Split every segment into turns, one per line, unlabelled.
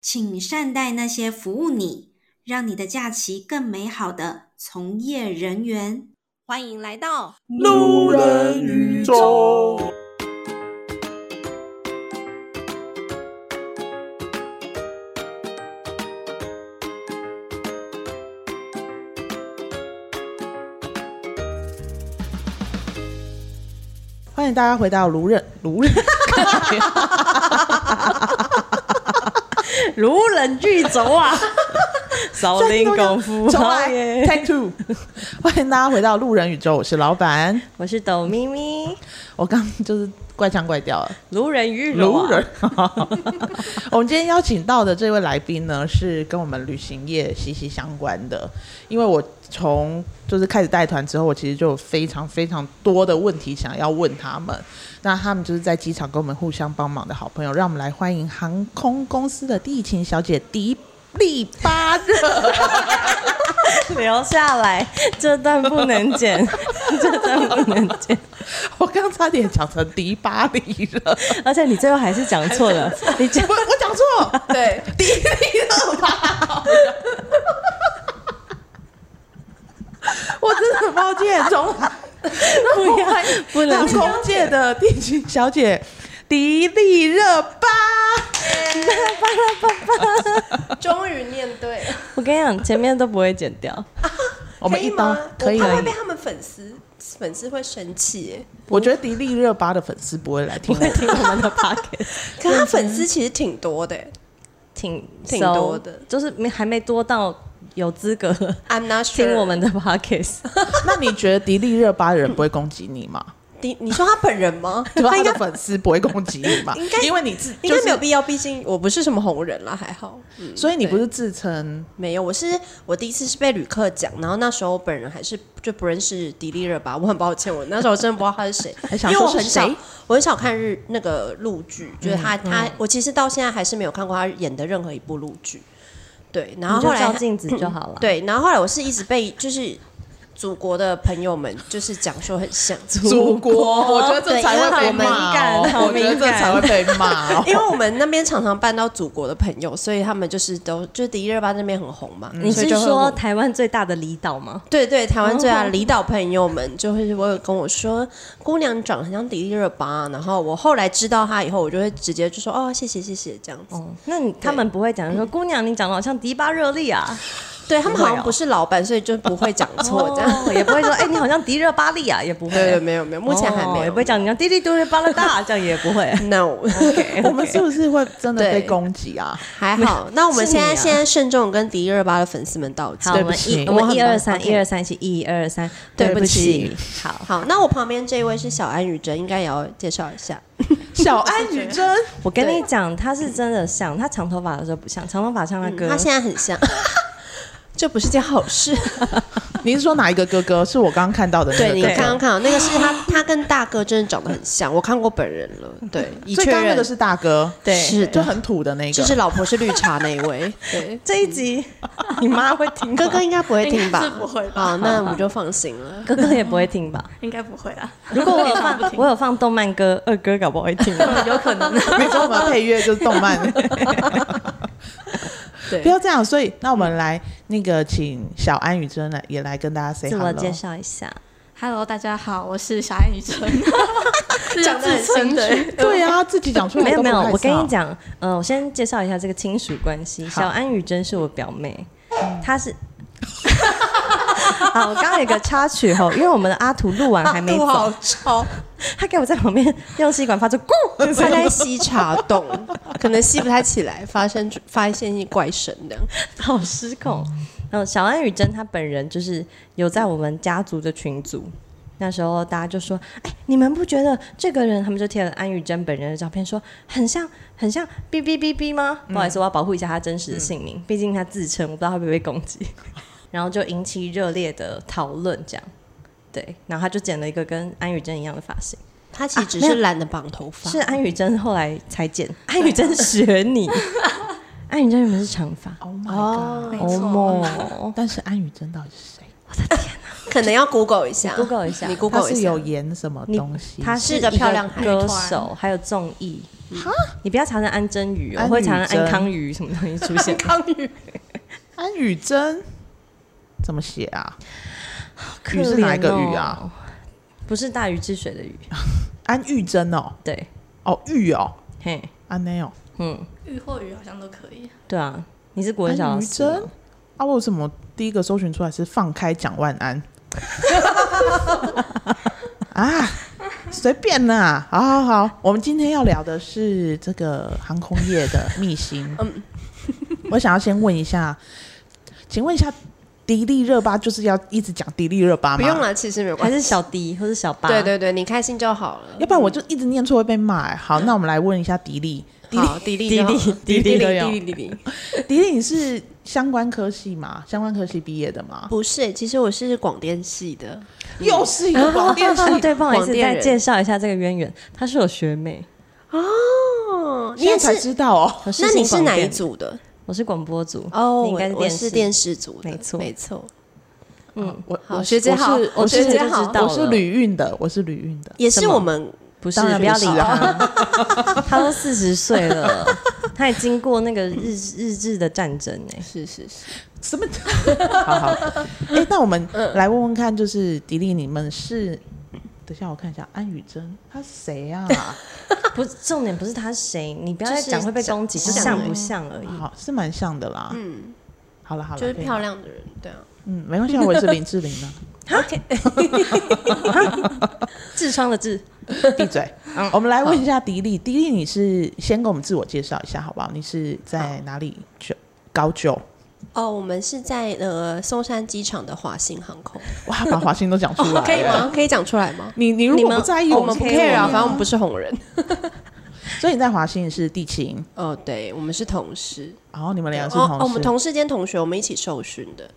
请善待那些服务你、让你的假期更美好的从业人员。欢迎来到
路人宇宙。欢迎大家回到卢人卢人，
如人俱走啊， 少林哦功夫。
重来，Take two。欢 迎大家回到路人宇宙，我是老板。
我是抖咪咪，
我刚刚就是怪腔怪调了，
如人与肉
卢
啊
人。 我们今天邀请到的这位来宾呢，是跟我们旅行业息息相关的。因为我从就是开始带团之后，我其实就有非常非常多的问题想要问他们。那他们就是在机场跟我们互相帮忙的好朋友，让我们来欢迎航空公司的地勤小姐迪丽巴热。
留下来，这段不能剪， 这段不能剪。
我刚差点讲成迪巴黎了，
而且你最后还是讲错了，你讲
我我讲错， 对，迪丽热巴。我真的很抱歉，从来
不要，不能
航
剪。
空界的地勤小姐迪丽热巴。
终于面对，
我跟你讲，前面都不会剪掉。
我们
可
一
以
刀
吗？
可以
我怕
可以
会被。他们粉丝粉丝会生气耶。
我觉得迪丽热巴的粉丝不会来听我们
听我们的 podcast
可他粉丝其实挺多的耶
挺
挺
熟
多的
就是没还没多到有资格
，I'm not sure。
听我们的 podcast。
那你觉得迪丽热巴的人不会攻击你吗？
你你说他本人吗？
对吧？
他
他
应
的
该
粉丝不会攻击你吗
应该？
因为你自
应该没有
就是
必要，毕竟我不是什么红人啦，还好。嗯，
所以你不
对
是自称
没有，我是我第一次是被旅客讲，然后那时候我本人还是就不认识迪丽热巴，我很抱歉，我那时候真的不知道她是谁
还，想
因为
说
我
是
很少
谁嗯
我很少看日那个陆剧，就是她她、我其实到现在还是没有看过她演的任何一部陆剧。对，然后
你就
后来
照
她
镜子就好了。，
对，然后后来我是一直被就是祖国的朋友们就是讲说很像，
祖国，我觉得这
对
才
因为
会
好
被
敏
骂
感
哦，
好
我觉得
敏
这才会
感
被骂 哦。
因为我们那边常常办到祖国的朋友，所以他们就是都就是迪丽热巴那边很红嘛，
你
所以
是
就会
说
问
台湾最大的离岛吗？
对对，台湾最爱
哦
离岛朋友们就会我有跟我说，姑娘长得很像迪丽热巴，然后我后来知道她以后，我就会直接就说哦，谢谢谢谢这样子。
哦，那你他们不会讲说，姑娘你长得好像迪巴热利 啊，
对他们好
不会
像
哦
不是老板，所以就不会讲错这样。
哦也不会说，哎，你好像迪热巴利啊，也不会。
对对，没有没有，目前还
哦
没
也
有。
不会讲你哦像滴滴嘟嘟巴拉大，这样也不会。
No，
我们是不是会真的被
对
攻击啊？
还好。那我们
是
现
你
在
啊
现在慎重跟迪丽热巴的粉丝们道
好，。
歉
我
对不
们
起
一我们一
我很
二
忙
三，
OK
一二三是一二三，
对不
起
起。
好，
好，那我旁边这位是小安宇哲，应该也要介绍一下。
小安宇真，
我跟你
对
讲，他是真的像，他长头发的时候不像，长头发像嗯他哥
他。嗯现在很像，这不是件好事。
你是说哪一个哥哥？是我刚刚看到的那
对
个
你
哥
刚刚
哥。
看到那个是他，他跟大哥真的长得很像，我看过本人了。对，已
所以
确
刚刚那
认
个是大哥，
对
是
就
的，
很土的那
就是
个。
老婆是绿茶那一位。对，
这一 集你妈会听吗，
哥哥应该不会听吧？
应该是不会吧
啊，那我就放心了。
哥哥也不会听吧？
应该不会啊，
如果我有 放
不，听
我有放动漫歌，二哥搞不好会听。
有可能。
没有我们配乐就是动漫，
对
不，要这样。所以，那我们来那个，请小安宇真来也来跟大家 say
自我
hello。
介绍一下，
Hello，大家好，我是小安宇哲，讲
得很
深的。
对啊，自己讲出来
没有
都
没
不
有，
太
我跟你
少，
讲，嗯、我先介绍一下这个亲属关系。
好
小安宇真是我表妹，她是。 好，我刚刚有个插曲吼，因为我们的阿土录完还没
肚啊好
走，
臭，
他给我在旁边用吸管发出咕，
他在吸茶洞，可能吸不太起来，发生发现一些怪声这样。
好失控。嗯，小安宇真她本人就是有在我们家族的群组，那时候大家就说：“哎、你们不觉得这个人？”他们就贴了安宇真本人的照片，说很像，很像 B B B B 吗？不好意思，我要保护一下他真实的姓
嗯
名，毕竟他自称，我不知道会不会被攻击。然后就引起热烈的讨论，这样对。然后他就剪了一个跟安宇真一样的发型，
他其实只
啊没有
是懒得绑头
啊
发，
是安宇真后来才剪。安宇真学 你，安宇真原本是长发，
Oh my god！
没
哦
错，
莫。
但是安宇真到底是谁？
可能要 Google 一下
Google 一下
你
他
Google 一
是
下
有。演什么
你
东西？
她
是
是
一个漂亮
歌
孩
手，还有综艺你不要常常安真鱼哦，
安
我会常
宇
常
珍
安康鱼什么东西出 现。康鱼，
安宇珍怎么写啊？鱼是哪一个鱼
哦
啊？
不是大禹治水的禹，
安玉珍哦，
对，
哦玉哦，
嘿，
安内哦，
嗯，
玉或鱼好像都可以。
对啊，你是国文小
安
老
于
师
珍
吗，
哎啊，为什么第一个搜寻出来是放开蒋万安？ 啊，随便啦，好好好，我们今天要聊的是这个航空业的秘辛。嗯，我想要先问一下，请问一下，迪丽热巴就是要一直讲迪丽热巴吗？
不用，了，其实没有
还
关系。
是小 D 或是小八？
对对对，你开心就好了。
要不然我就一直念错会被骂、欸。好，那我们来问一下迪丽，迪丽
嗯好，迪丽
迪丽
迪
迪丽
丽
都有
迪丽迪丽。
迪丽，你是相关科系吗？相关科系毕业的吗？
不是，其实我是广电系的，嗯
又是一个广电系，
哦 对，不好意
广
思，
电
再
人
介绍一下这个渊源，她是我学妹，
嗯，你
现在才
也是。
知道哦。
我
那
新
你是
广
哪一
电？
组的？
我是广播组
哦，
你应该
我我是
视
电视组的，
没错
没错。
嗯，
我
好
我
学姐好
是
我
我
学
是
姐
好
我是我是旅运的，我是旅运的。
也是我们
不是，
当然
不要理
是
她，
啊，
她都四十岁了，她也经过那个日日治的战争哎，
是是是，
什么？ 好好，哎，那我们来问问看，就是迪丽，你们是？等一下，我看一下安宇珍，她是谁啊？
不是重点，不是她是谁，你不要再
就是
讲会被攻击，就
长
像不像而已。
好，是蛮像的啦。嗯，好了好了，
就是
可以
漂
了。
亮的人，对啊。
嗯，没关系啊，我也是林志玲啊。
痔疮的痔，
闭嘴。我们来问一下迪丽，迪丽，你是先跟我们自我介绍一下好不好？你是在哪里就高就？
哦，我们是在呃松山机场的华信航空，
哇，把华兴都讲出来了，
可以吗？可以讲出来吗？
你你如
你
果
们
不在意，
我们不 care
啊
啊，反正我们不是红人。
所以你在华信是地勤，
哦，对，我们是同事，
然后你们两个是
哦
同，
哦我们
事，
同事兼同学，我们一起受训的。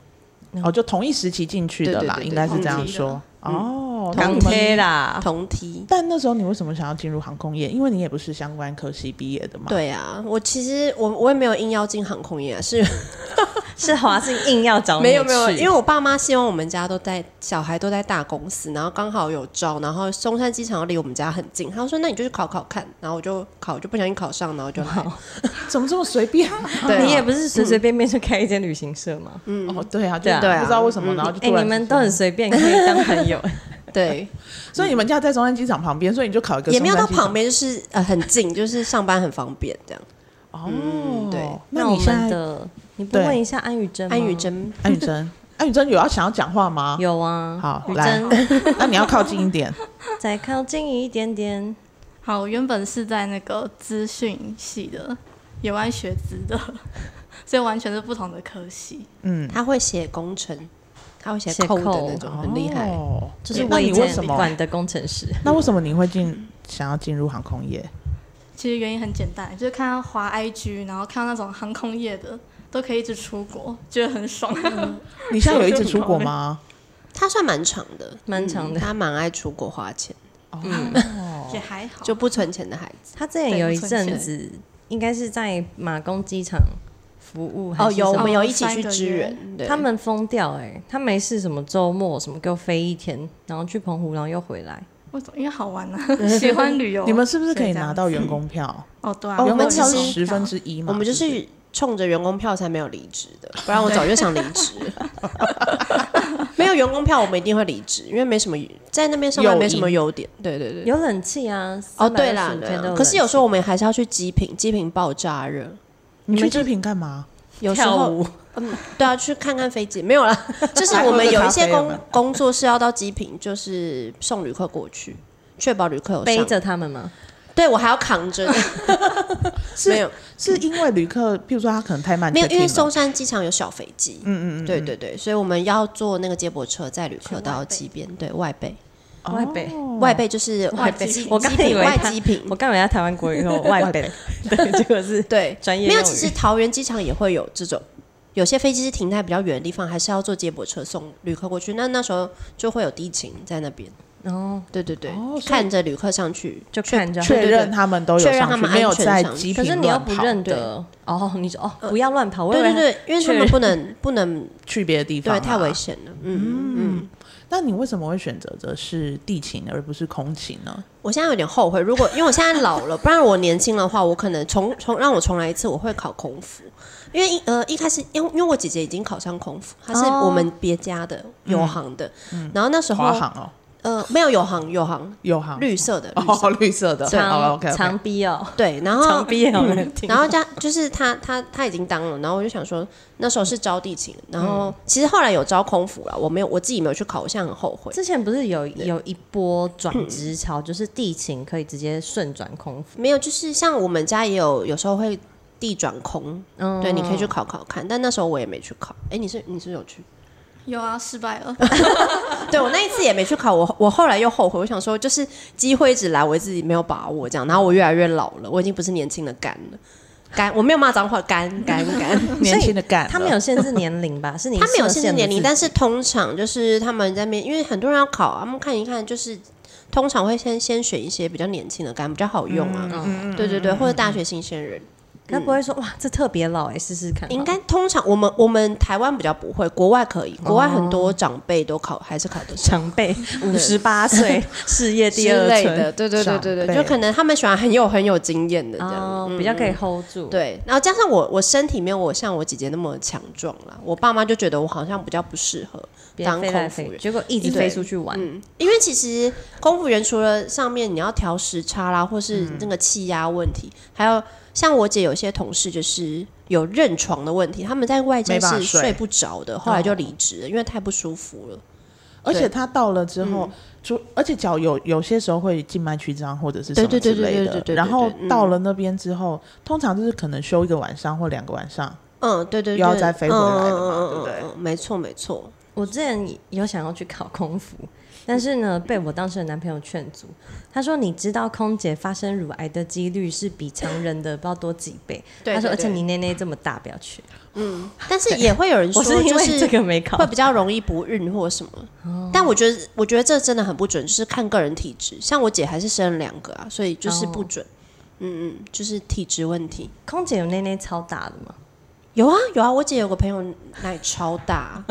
哦，就同一时期进去的啦，
对对对对
应该是这样
同期的
说。
嗯
哦，那
港
你们
铁啦，
同梯。
但那时候你为什么想要进入航空业？因为你也不是相关科系毕业的嘛。，
对啊，我其实我我也没有硬要进航空业啊，是
是华信硬要找你
没有没有，
去
因为我爸妈希望我们家都在小孩都在大公司，然后刚好有招，然后松山机场离我们家很近，他说那你就去考考看，然后我就考，我就不小心考上，然后就来。
怎么这么随便？
对啊
你也不是随随便便就开一间旅行社嘛。哎、
嗯
哦，对啊，就
对啊
不知道为什么，然后就突然
哎
你们都很随便，可以当朋友。
对，
所以你们家在中山机场旁边，所以你就考一个
也没有到
中山机场
旁边，就是呃很近，就是上班很方便这样。
哦。
嗯对，
那
我
你现
们
在哎
的，你不
对
问一下安宇珍吗？
安宇真
安宇珍，安宇珍有要想要讲话吗？
有啊，
好
宇
来
珍
那你要靠近一点。
再靠近一点点。
好，我原本是在那个资讯系的，有关学资的， 所以完全是不同的科系。
嗯，
他会写工程，他会写
写
扣的
code
那种，很厉害。
哦
就是
那
我以
你为
前
什么
管的工程师，
那为什么你会进想要进入航空业？
其实原因很简单，就是看到滑 IG，然后看到那种航空业的都可以一直出国，觉得很爽。
嗯 你现在有一直出国 吗？
他算蛮长的，
蛮长的
嗯他蛮爱出国花钱，嗯
哦
也还好，
就不存钱的孩子。
他之前有一阵子应该是在马公机场服务还
哦，
是
有
什
我
么
们有一起
三
去
个
支
月
援，对
他们疯掉哎、他没事什么周末什么给我飞一天，然后去澎湖，然后又回来。
为什么？因为好玩啊， 喜欢旅游。
你们是不是可以
这样
拿到员工票？
哦，对啊，
哦，员工
们其
票
实
是十分之一嘛？
我们就
不
是冲着员工票才没有离职的，不然我早就想离职了。 没有员工票，我们一定会离职，因为没什么在那边上班
诱因
没什么优点。对对对。
有冷气啊，
哦，对啦，
365
对
天都
啦
冷
可是有
气
时候我们还是要去机坪，机坪爆炸热，
你去志平干嘛？
有时
跳
候
舞，
对啊，去看看飞机没有啦，就是我们有一些工工作是要到机坪，就是送旅客过去，确保旅客有上
背着他们吗？
对我还要 扛着，
是
没有
是因为旅客，譬如说他可能太慢，
没有，因为
收
松山机场有小飞机，
嗯嗯嗯，
对对对，所以我们要坐那个接驳车载旅客到机边，对外背，
哦
外北
外背就是
外背
机
我刚
机
以
坪
为
外
他
机坪
我，刚以为他台湾国语说外北， 对，结果是
对，
专业
没有，
用
其
语
实桃园机场也会有这种，有些飞机是停在比较远的地方，还是要坐接驳车送旅客过去。那那时候就会有地勤在那边，
然后
对对对，
哦所以
看着旅客上去
就看着，
确认他们都有
确认
上
他
去，
们
没有
安全
在
上去
极
可
品
是你又
乱
不
跑
认得哦，你说哦，不要乱跑，我以
对
为
呃对对，因为他
确
们
认
不能不能，
去别的地方、啊
对，太危。险了。嗯嗯嗯，
那你为什么会选择的是地勤而不是空勤呢？
我现在有点后悔，如果因为我现在老了，不然我年轻的话，我可能重重让我重来一次，我会考空服。因为一呃一开始，因为因为我姐姐已经考上空服，她是
哦
我们别家的有行的，然后那时候
华航哦，
呃没有有行有行
有航
绿色的绿色
哦，绿色的，好
长
OK
长 B 哦，
对，然后嗯
长 B 哦，
然后加就是他他他已经当了，然后我就想说那时候是招地勤，然后、其实后来有招空服了，我没有我自己没有去考，我现在很后悔。
之前不是有有一波转职潮，就是地勤可以直接顺转空服，
没有，就是像我们家也有有时候会地转空，
嗯
对，你可以去考考看，但那时候我也没去考。哎，你是你是不是有去？
有啊，失败 了。
对我那一次也没去考，我我后来又后悔，我想说就是机会一直来，我自己没有把握这样，然后我越来越老了，我已经不是年轻的干了，干我没有骂脏话，干干干。
年轻的干了，
他没有限制年龄 吧？是你
他没有
设
限制
的
年
自
龄，
己
但是通常就是他们在面，因为很多人要考，啊他们看一看，就是通常会先先选一些比较年轻的干，比较好用啊。
嗯
对对对，或者大学新鲜人，
他不会说哇，这特别老哎，试试看好了。
应该通常我们我们台湾比较不会，国外可以，国外很多长辈都考还是考得上。
长 辈五十八岁，事业第
之
二
类
春
的，对对对对
长辈
对，就可能他们喜欢很有很有经验的这样，
哦，
嗯
比较可以
嗯
hold 住。，
对，然后加上我我身体没有我像我姐姐那么强壮啦，我爸妈就觉得我好像比较不适合，
别
当
飞来
空服
飞，
员
结果一直飞
对
出去玩。
嗯，因为其实空服员除了上面你要调时差啦，或是那个气压问题，还有像我姐有些同事就是有认床的问题，他们在外界
没办法
是
睡
睡不着的，后来就离职了，因为太不舒服了。
而且他到了之
嗯
后，就而且脚有有些时候会静脉曲张或者是什么
对
之
对对
类
对对
的
对对。对
然后
嗯
到了那边之后，通常就是可能休一个晚上或两个晚上。
嗯，对对
又
对，
要再飞回来了嘛
嗯嗯嗯
对不对
嗯嗯没错没错，
我之前有想要去考空服，但是呢，被我当时的男朋友劝阻。他说：“你知道空姐发生乳癌的几率是比常人的不知道多几倍。”
对
他说：“
对
而且
对
你内内这么大，不要去。
但是也会有人”
我
说，
是因
就
为
是
这个没考
会，比较容易不孕或什么。但我觉得，我觉得这真的很不准，是看个人体质。像我姐还是生了两个啊，所以就是不
哦
准。嗯嗯，就是体质问题。
空姐有内内超大的吗？
有啊有啊，我姐有个朋友奶超大，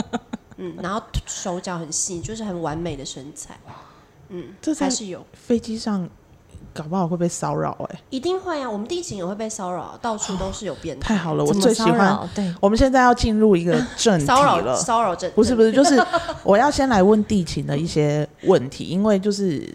嗯，然后手脚很细，就是很完美的身材，嗯，
这在
还是有，
飞机上搞不好会被骚扰哎、
一定会啊。我们地勤也会被骚扰，到处都是有变态
太好了，我
怎么
最喜
骚
欢。
扰对，
我们现在要进入一个正题
骚扰
了，
骚扰症，
不是不是，就是 我要先来问地勤的一些问题，因为就是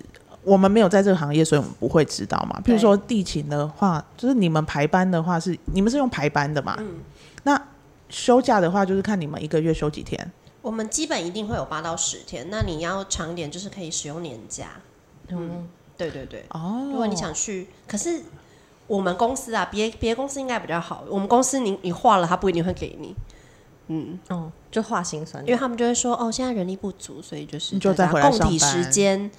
我们没有在这个行业，所以我们不会知道嘛。譬如
对
说地勤的话，就是你们排班的话是你们是用排班的嘛？
嗯
那休假的话，就是看你们一个月休几天。
我们基本一定会有八到十天，那你要长一点，就是可以使用年假，
嗯，
对对对。
哦
如果你想去，可是我们公司啊，别别的公司应该比较好，我们公司你你画了，他不一定会给你，嗯。
哦，就化心酸，
因为他们就会说哦，现在人力不足，所以就是
你就再
大家
回来
共体
上班
时间，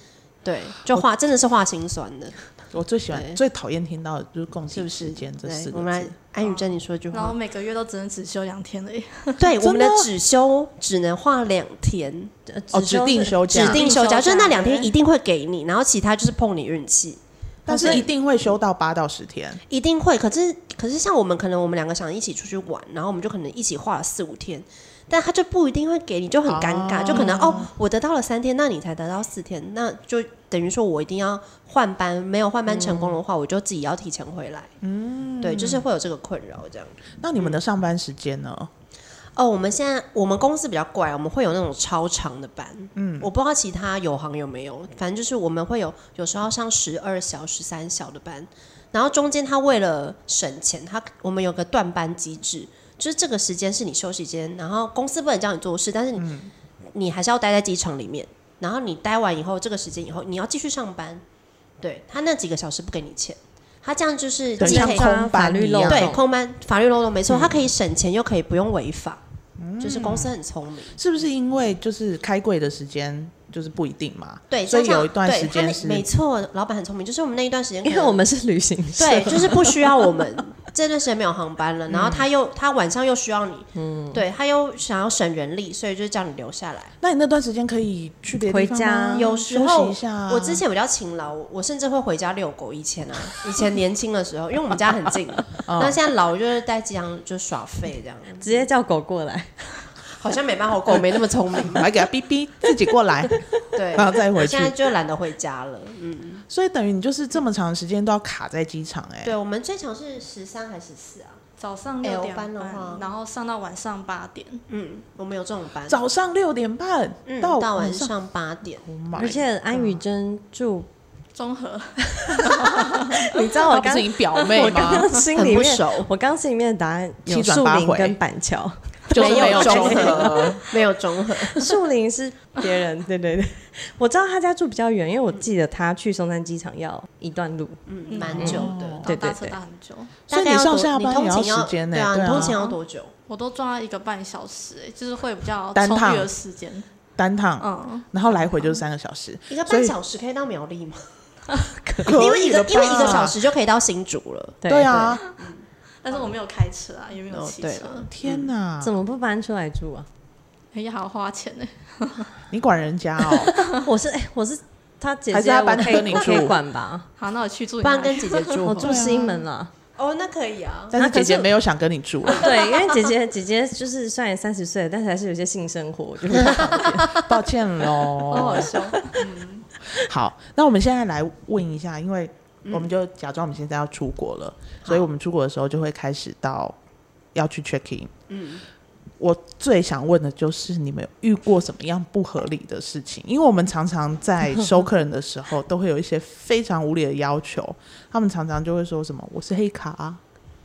对，就画真的是画心酸的，
我最喜欢、
对
最讨厌听到的就是共
是
体
不
时
是？
间这
对
四个
我们来
字。，
安宇珍，你说一句
然后
话。
每个月都只能只休两天而已。
对，我们的
真的
只休只能画两天，
呃
哦，
只
指
说
定
是
休
指
假，
定休
定休
假，
假
就是那两天一定会给你，然后其他就是碰你运气，
但是一定会休到八到十天。
一定会。可是可是像我们可能我们两个想一起出去玩，然后我们就可能一起画了四五天。但他就不一定会给你，就很尴尬，
哦
就可能哦，我得到了三天，那你才得到四天，那就等于说我一定要换班，没有换班成功的话，我就自己要提前回来。嗯，对，就是会有这个困扰这样。
那你们
嗯
的上班时间呢？
哦，我们现在我们公司比较怪，我们会有那种超长的班。嗯，我不知道其他有行有没有，反正就是我们会有有时候要上十二小、十三小的班，然后中间他为了省钱，他我们有个断班机制，就是这个时间是你休息时间，然后公司不能叫你做事，但是你、
嗯
你还是要待在机场里面，然后你待完以后，这个时间以后你要继续上班，对他那几个小时不给你钱，他这样就是
等
既
像
可以
空
法
班
律
一
漏
样
洞
对，嗯空班法律漏洞没错，它可以省钱又可以不用违法，就是公司很聪明。
是不是因为就是开柜的时间就是不一定嘛？
对，
所以
像
有一段
对
时
它那
间是
没错，老板很聪明，就是我们那一段时间可
因
能，
为我们是旅行社，
对，就是不需要我们，这段时间没有航班了，然后他又他晚上又需要你，对，他又想要省人力，所以就叫你留下来。
那你那段时间可以去别的地方吗
回家
有时候
休息一下啊。
我之前比较勤劳，我甚至会回家遛狗。以前 啊，以前年轻的时候，因为我们家很 近，那现在老了就是带机场就耍废这样，
直接叫狗过来。
好像没办法，我狗没那么聪明。
我还 给他逼逼自己过来，
对，
然后再回
我
去
现在就懒得回家了。嗯，
所以等于你就是这么长时间都要卡在机场哎、
对，我们最长是十三还是十四啊？
早上
L
六点
班
半
的话
然后上到晚上八点，
嗯，我们有这种班，
早上六点半、
嗯
到
到晚
晚上
上八点。
，Oh my
而且安宇真住，
综合
你知道我
她不
刚
是你 表妹
我刚
吗？
刚心里
很不
面
熟，
我刚心里面的答案有
七转
树
八
林
回
跟板桥，
就是没有
中
中和，
没有中和，
树林是别 人，对对对，我知道他家住比较远，因为我记得他去松山机场要一段路，
嗯，蛮久的。
对
然后
对
搭车
对
搭很久，
哦所以
大概
你
要
上
多
下
你
班
通
也要
勤要
时间呢、
对啊，
对
你
啊
通勤要多久？
我都抓一个半小时、哎，就是会比较
单
充
趟
裕的时间。
单趟，
嗯，
然后来回就是三个小时，
一个
所
半
以
小时可以到苗栗吗？
可
因为一
以
个
了
因为一
吧
个小时就可以到新竹了。
对
对啊，
但是我没有开车啊，也没有
哦
骑
对
车，
了
天哪
对，
嗯
怎么不搬出来住啊？
哎也还要花钱呢、
你管人家哦，
我是哎、我是他姐
还是
姐，
他
我
搬
可
跟
以
你
我可以
住
管吧，
好，那我去住你
不然
那
跟
里。
姐 姐住
我
好
住
了
西门啦。
哦， 那可以啊。
但是
那
姐
可是
姐没有想跟你住啊了，
对，因为姐姐姐姐就是虽然三十岁，但是还是有一些性生活，我觉 得
抱歉
哦
喽。
笑，
好，那我们现在来问一下，因为我们就假装我们现在要出国了，所以我们出国的时候就会开始到要去 check in。
嗯，
我最想问的就是你们有遇过什么样不合理的事情？因为我们常常在收客人的时候，都会有一些非常无理的要求，他们常常就会说什么“我是黑卡、啊”，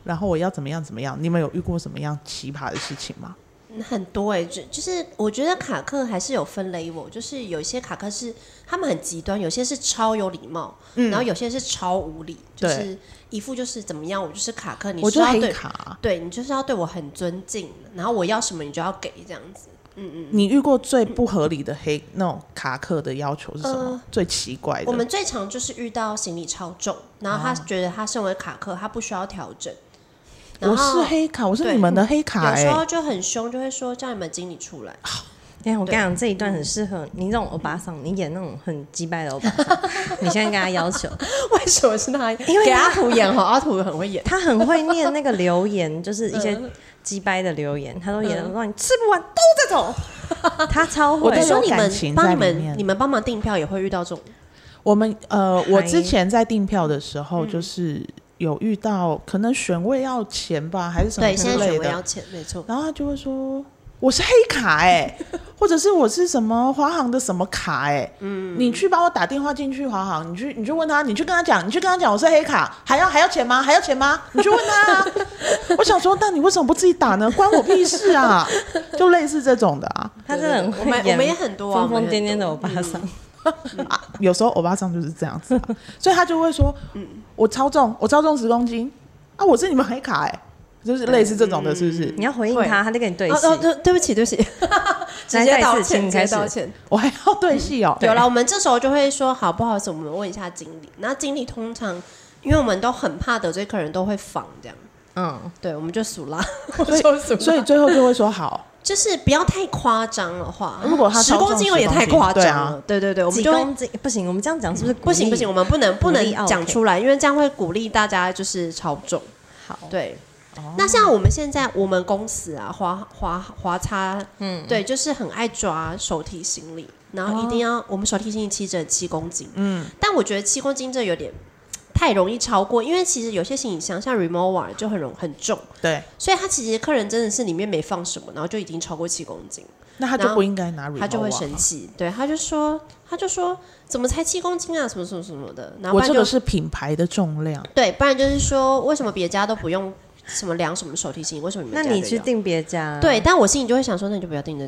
然后我要怎么样怎么样。你们有遇过什么样奇葩的事情吗？
嗯很多哎、就就是我觉得卡克还是有分 level，就是有一些卡克是他们很极端，有些是超有礼貌，然后有些是超无理，
嗯
就
对
是一副就是怎么样，我就是卡克，你
我
是
就
要
黑
对，
卡啊、
对你就是要对我很尊敬，然后我要什么你就要给这样子。
你遇过最不合理的黑那种卡克的要求是什么？最奇怪的？
呃我们最常就是遇到行李超重，然后他觉得他身为卡克，他不需要调整。然
我
后
是黑卡，我是
啊对
你们的黑卡
有
哎、
时候就很凶，就会说叫你们经理 出来。
哎、我跟你讲，这一段很适合你这种欧巴桑，你演那种很击败的欧巴桑，你现在跟他要 求，
为什么是他？
因为
给
他
阿土演哈，阿土很会演。
他很会念那个留言，就是一些
嗯
击败的留言，他都演得让你吃不完都这 种，他 超
我
会
都
你。说
有
你
感
们
情在
帮你
里面
们，你们帮忙订票也会遇到这种，
我们呃，我
还
之前在订票的时
嗯
候，就是有遇到可能选位要钱吧，还是什么
对，
之
现在
类
选位要
的，
钱，没错。
然后他就会说我是黑卡 哎、或者是我是什么华航的什么卡哎、嗯，你去帮我打电话进去华航，你去你去问他，你去跟他讲，你去跟他讲我是黑卡，还要还要钱吗？还要钱吗？你去问他 啊。我想说，那你为什么不自己打呢？关我屁事啊！就类似这种的啊，
他真的很
我们
会
我
演，
们也很多啊
疯疯
我们也
癫
很
癫的
多嗯
欧巴桑。
啊，有时候欧巴桑就是这样子啊、所以他就会说，我超重，我超重十公斤啊，我是你们黑卡哎、就是类似这种的，是不是？
你要回应
会
他，他就跟你对
哦
戏。
哦，对，对不起，对 不起，直
来
接
再一次
道
请
歉，
你
直接
开始
道歉。
我还要对戏哦、
有了，我们这时候就会说，好不好意思，我们问一下经理。那经理通常，因为我们都很怕得罪客人，都会仿这样。
嗯，
对，我们就数啦，
所以所以最后就会说好，
就是不要太夸张的话。
如果他
十
超重
公斤
10
也太夸张了，对
啊
对对，我
嗯
们
几
就会
公斤不行，我们这样讲是不是
不行不行，我们不能不
鼓励
能
OK
讲出来，因为这样会鼓励大家就是超重。
好？
对。那像我们现在，我们公司啊，华华华差，嗯，对，就是很爱抓手提行李，然后一定要、我们手提行李七折七公斤，嗯，但我觉得七公斤这有点太容易超过，因为其实有些行李箱像 Remova 就很容很重，
对，
所以它其实客人真的是里面没放什么，然后就已经超过七公斤，
那他就不应该拿 r e
他就会生气，对，他就说他就说怎么才七公斤啊，什么什么什么的，然后
我
不然
这
就
个是品牌的重 量，
对，不然就是说为什么别家都不用什么量什么手提行李，为什么你
那
们家
你
就
去
要
订别家，
对，，但我心里就会想说，那你就不要订了。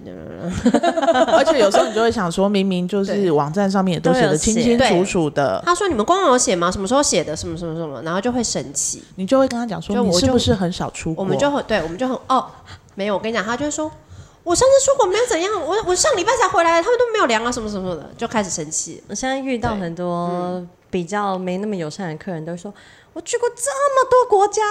而且有时候你就会想说，明明就是
对
网站上面也都
都
写
有
的清
写
清
对
楚楚的，
他说你们官网有写吗？什么时候写的？什么什么什么？然后就会生气，
你就会跟他讲说，
就
你
我
是
就
不是很少出国？
我们就很对，我们就很哦，没有，我跟你讲，他就会说。我上次出国没有怎样，我我上礼拜才回来，他们都没有量啊，什么什么什么的，就开始生气。
我现在遇到很多比较没那么友善的客人，都说我去过这么多国家，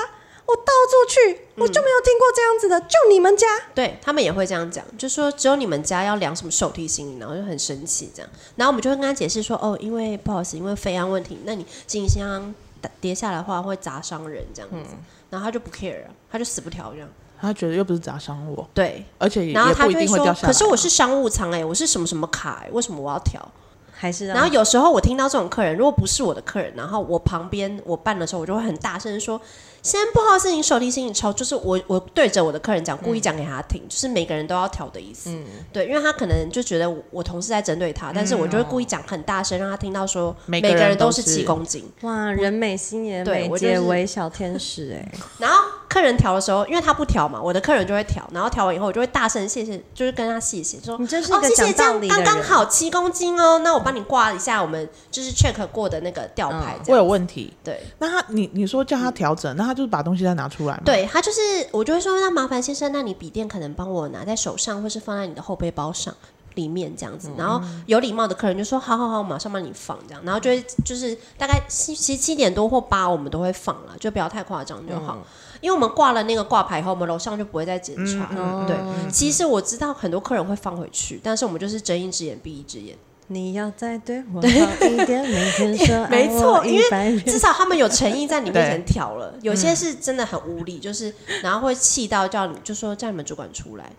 我到处去，我就没有听过这样子的，就你们家。
对他们也会这样讲，就说只有你们家要量什么手提行李，然后就很生气这样。然后我们就会跟他解释说，哦，因为不好意思，因为飞安问题，那你行李箱打跌下来的话会砸伤人这样子。
嗯
然后他就不 care，啊他就死不调这样。
他觉得又不是砸伤我，
对，
而且也
然后
也
他
不一
就
定会
说，
掉下来啊。
可是我是商务舱哎、我是什么什么卡、欸，为什么我要调？
还是让
然后有时候我听到这种客人，如果不是我的客人，然后我旁边我办的时候，我就会很大声地说：“先不好意思，你手提行李超。”就是我
嗯
我对着我的客人讲，故意讲给他听，就是每个人都要调的意思。
嗯
对，因为他可能就觉得我我同事在针对他，但是我就会故意讲很大声，让他听到说
每个
个
人
人
都
是
是
七公斤。
哇，人美心也
对
美，
我就
皆
是
为小天使 哎、
然后客人调的时候，因为他不调嘛，我的客人就会调，然后调完以后，我就会大声谢谢，就是跟他谢谢说。
你真是一
哦，
个
谢
讲
谢，这
道
样
理的
刚
人。
刚好七公斤哦，那我帮你挂一下我们就是 check 过的那个吊牌
嗯
这
我有
样。
问题。
对，
那他你你说叫他调整，那他就是把东西再拿出来嘛？，
嗯对他就是，我就会说，那麻烦先生，那你笔电可能帮我拿在手上，或是放在你的后背包上里面这样子。然后有礼貌的客人就说，好好好，我马上帮你放这样。然后就会就是大概七其实七点多或八我们都会放了，就不要太夸张就好。因为我们挂了那个挂牌以后，我们楼上就不会再检
嗯
查了。对，其实我知道很多客人会放回去，但是我们就是睁一只眼闭一只眼。
你要再对我好一点，每天 说
没错因为
为百遍
至少他们有诚意在 你面前
对
挑了，有些是真的很无理，就是然后会气到叫你就说叫你们主管出来。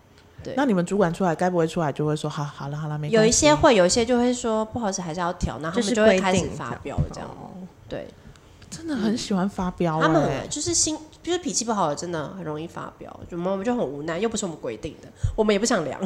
那你们主管出来，该不会出来就会说好好了好了，没
有
关
一
系
些会，有一些就会说不好意思，还是要调，然后他
是
们就会
规
开始
定哦
发飙这样。
哦
对，
真的很喜欢发飙、欸，
他们很就是心就是脾气不好的，真的很容易发飙。我们我们就很无奈，又不是我们规定的，我们也不想量，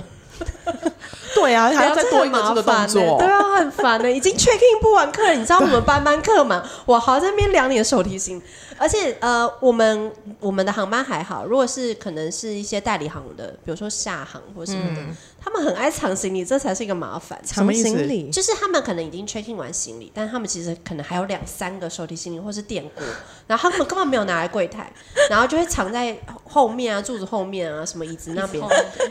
对啊，还要
量
再
真的
多一个
很
这个
麻烦
动
欸
作，
对啊，很烦的，已经 check in 不完客人，你知道我们班班客嘛，我还要在那边量你的手提行李，而且呃，我们我们的航班还好，如果是可能是一些代理航的，比如说厦航或什么的，
嗯
他们很爱藏行李，这才是一个麻烦。
什么
藏
意思
行李，
就是他们可能已经 check in 完行李，但他们其实可能还有两三个手提行李或是电锅，然后他们根本没有拿来柜台，然后就会藏在后面啊、柱子后面啊、什么椅子那边。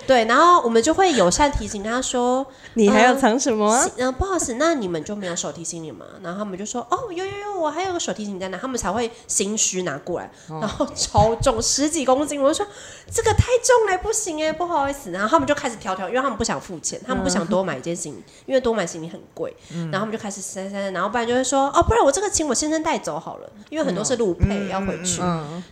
对，然后我们就会友善提醒他说
你还要藏什么啊、：“
嗯、不好意思，那你们就没有手提行李吗？”然后他们就说：“哦，有有有，我还有个手提行李在那。”他们才会心虚拿过来，然后超重十几公斤，我就说这个太重了，不行哎，不好意思。然后他们就开始挑挑，因为他们不想付钱，他们不想多买一件行李，因为多买行李很贵。然后他们就开始塞塞，塞然后不然就会说哦，不然我这个请我先生带走好了，因为很多是路配要回去。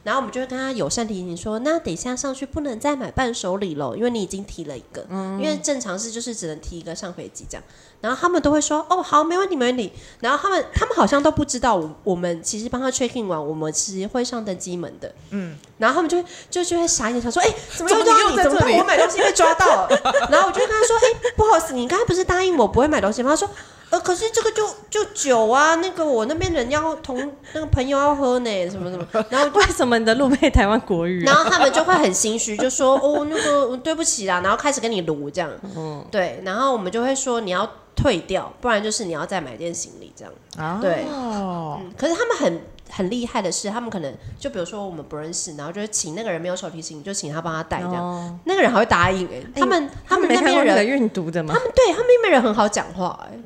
然后我们就会跟他友善提醒说，那等一下上去不能再买伴手礼喽，因为你已经提了一个，因为正常是就是只能提一个上飞机这样。然后他们都会说哦好，没问题没问题。然后他们他们好像都不知道我我们其实帮他 check in 完，我们其实会上登机门的。然后他们就会就就会傻眼，想说：“哎、嗯怎么又抓你？怎么办？我买东西被抓到 了。”然后我就跟他说：“哎、不好意思，你刚才不是答应我不会买东西吗？”他说：“呃，可是这个就就酒啊，那个我那边人要同那个朋友要喝呢，什么什么。”然后
为什么你的路配台湾国语、
然
啊？
后他们就会很心虚，就说：“哦，那个对不起啦。”然后开始跟你撸这样。对。然后我们就会说：“你要退掉，不然就是你要再买件行李这样。”
啊，
对
哦，
嗯可是他们很很厉害的是，他们可能就比如说我们不认识，然后就是请那个人没有手提行李，就请他帮他带这样，
哦
那个人还会答应哎、他们他们
没
那
看过
边
那个
人，
运毒的吗
他？们对他们那边人很好讲话哎、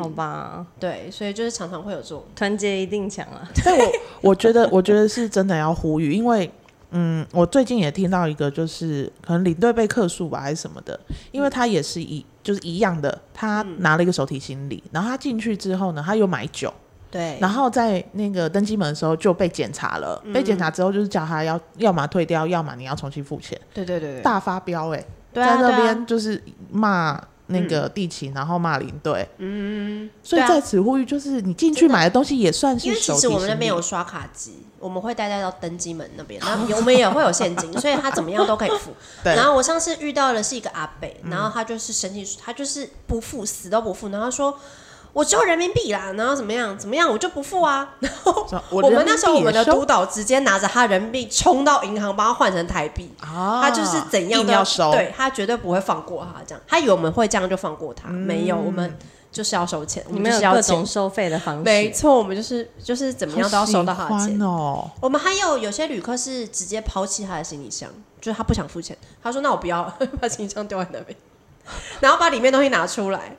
好吧，
对，所以就是常常会有这种
团结一定强啊！
但我我觉得，我觉得是真的要呼吁，因为嗯，我最近也听到一个，就是可能领队被客诉吧，还是什么的，因为他也是一就是一样的，他
嗯
拿了一个手提行李，然后他进去之后呢，他又买酒，
对，嗯
然后在那个登机门的时候就被检查了，被检查之后就是叫他要要么退掉，要么你要重新付钱，
对对对对，
大发飙哎、
对啊
在那
对啊嗯
边就是骂那个地勤，然后骂领队，嗯，所以
对啊
在此呼吁，就是你进去买的东西也算
因
是
为其
手提
实
行李，
我们那边有刷卡机，我们会带带到登机门那边，然后我们也会有现金，所以他怎么样都可以付。
对嗯
然后我上次遇到的是一个阿北，然后他就是生气，他就是不付，死都不付，然后他说。我只有人民币啦，然后怎么样怎么样，我就不付啊。 然后
说我
我
人
们
民
那时候
币
我们
也
的
收
督导直接拿着他人民币冲到银行，帮他换成台币。
啊，
他就是怎样
硬
都
要收，
对他绝对不会放过他这样。他以为我们会这样就放过他，没有，我们就是要收钱，我
你
们
们
就是
有
要
各
钱
种。收费的方式，
没错，我们就是就是怎么样都要收到他
好
的
喜
钱
欢。哦，
我们还有有些旅客是直接抛弃他的行李箱，就是他不想付钱，他说那我不要， 把 行李箱丢在那边，然后把里面东西拿出来，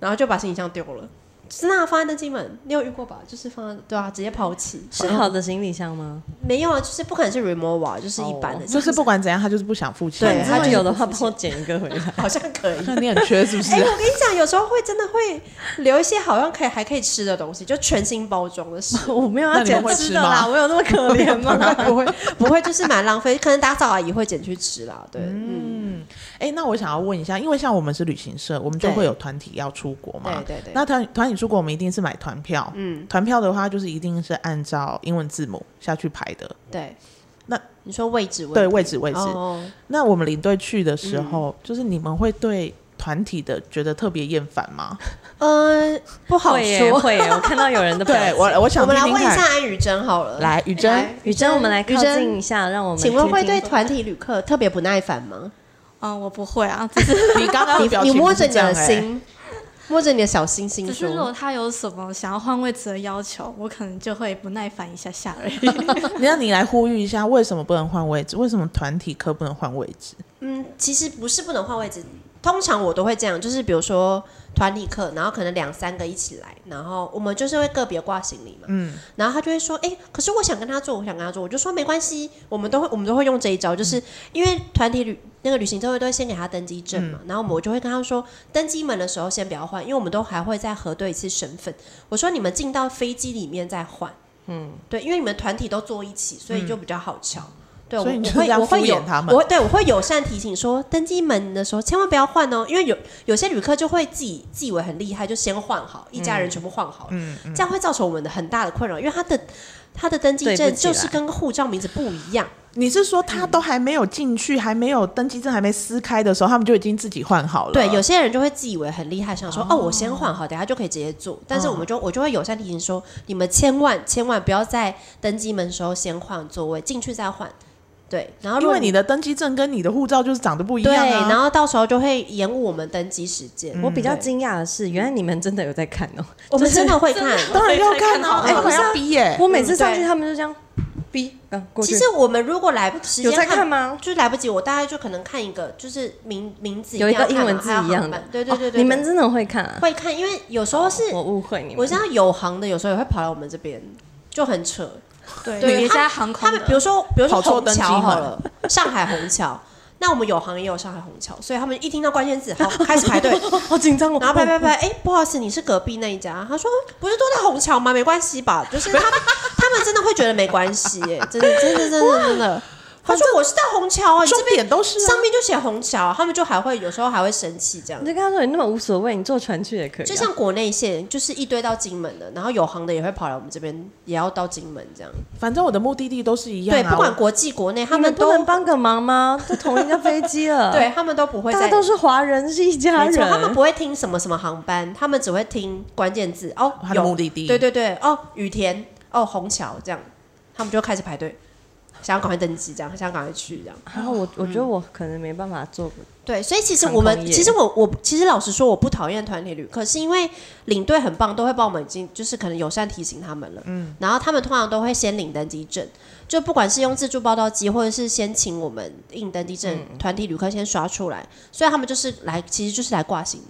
然后就把行李箱丢了。是那放在登机门，你有遇过吧？就是放在对啊，直接抛弃。
是好的行李箱吗？
没有啊，就是不可能是 removal，就是一般的，
哦就是不管怎样，他就是不想付钱。
对
他
他就是
有的
不
话
付
帮我捡一个回来。
好像可以。
那你很缺是不是
哎、？我跟你讲，有时候会真的会留一些好像可以还可以吃的东西，就全新包装的食 物。
我没有
那
要
你们
捡
会
吃
吃
的
吗
啦，我有那么可怜吗？
不会，不会，就是蛮浪费。可能打扫阿姨会捡去吃啦，对，嗯，
哎、那我想要问一下，因为像我们是旅行社，我们就
对
会有团体要出国嘛？
对对对
那团团体出国，我们一定是买团票。
嗯，
团票的话，就是一定是按照英文字母下去排的。
对。
那
你说位置问
对，
题
位置位置。
哦，嗯
那我们领队去的时候，就是你们会对团体的觉得特别厌烦吗？
呃，不 好
会耶，
说。
会耶，我看到有人 的表
对
情。
我，我想
我们
听
来
听
问一
看
下。安宇珍好了，
来，雨珍，
来
雨珍，我们来靠
雨珍
近一下，让我们
请问
听
会
听
对团体旅客特别不耐烦吗？
嗯，我不会 啊，只是
你刚刚的表
你
情
你摸
不
着
是
你
这样
的
欸，
心，摸着你的小心
只
心
是如果
说，
他有什么想要换位置的要求，我可能就会不耐烦一下下 而已。
你让你来呼吁一下，为什么不能换位置？为什么团体课不能换位置？
嗯，其实不是不能换位置。通常我都会这样，就是比如说团体课，然后可能两三个一起来，然后我们就是会个别挂行李嘛。
嗯，
然后他就会说：“哎、可是我想跟他做，我想跟他做。”我就说：“没关系，我们都会，我们都会用这一招，就是、因为团体旅那个旅行社会都会先给他登机证嘛，然后我们我就会跟他说，登机门的时候先不要换，因为我们都还会再核对一次身份。我说你们进到飞机里面再换，嗯，对，因为你们团体都坐一起，所以就比较好瞧。对，我
所以你就
我
是这
会
样
我会
敷
有
衍他们
我会对我会友善提醒说，登机门的时候千万不要换哦，因为有有些旅客就会自己自以为很厉害，就先换好，一家人全部换好了，
嗯，嗯
这样会造成我们的很大的困扰，因为他的他的登记
对
证
不起啦
就是跟护照名字不一样。
你是说他都还没有进去，还没有登记证还没撕开的时候，他们就已经自己换好了？
对，
嗯
有些人就会自以为很厉害，想说哦我先换好，等下就可以直接
哦
做。但是我们就、我就会友善提醒说，你们千万千万不要在登机门的时候先换座位，进去再换。对，然后如
因
果
为你的登记证跟你的护照就是长得不一
对，
样啊。
然后到时候就会延误我们登机时间。
我比较惊讶的是，原来你们真的有在看哦。
嗯我们真的会看。
当然要看啊，哎，我
哦
要逼耶。
我每次上去，
对
他们就这样逼，嗯，过去
其。实我们如果来时
有
间
在
看
看吗？
就来不及，我大概就可能看一个，就是名名字
有一
定
个
要
英
看
文
嘛
字
还有
一样
航
的
班，对对对对
哦你们真的会看啊？
会看，因为有时候是
我误会你们。
我知道有行的有时候也会跑来我们这边，就很扯。
对，
对
别
他
家航空
他
的
们比如说，比如说
跑错
虹
登机
桥
门
好了，上海虹 桥，那我们有行也有上海虹桥，所以他们一听到关键字，好开始排 队，
好紧张哦。
然后拍拍拍，哎、不好意思，你是隔壁那一家。他说哦不是都在虹桥吗？没关系吧？就是 他们他们真的会觉得没关系，哎，真的真的真的真的。他说我是在虹桥啊，你这
终
边
点都是啊
上面就写虹桥，他们就还会有时候还会生气这样
你。就跟他说你那么无所谓，你坐船去也可以啊。
就像国内线就是一堆到金门的，然后有行的也会跑来我们这边，也要到金门这样。
反正我的目的地都是一样
对，
啊。
不管国际国内，他
你们不
都
能帮个忙吗？ 都同一架飞机了，，
对他们都不会
大
在
家都是华人，是一家
没
人
错，，他们不会听什么什么航班，他们只会听关键字哦，
他的
有
目的地
对对对，哦，雨田，哦，虹桥这样，他们就开始排队，想要赶快登机，这样想要赶快去这样。
然后我我觉得我可能没办法做，
对，所以其实
航
我们
空，业
其实我我其实老实说，我不讨厌团体旅客，是因为领队很棒，都会帮我们已经就是可能友善提醒他们了。嗯，然后他们通常都会先领登机证，就不管是用自助报到机，或者是先请我们印登机证，团体旅客先刷出来，所以他们就是来，其实就是来挂行李。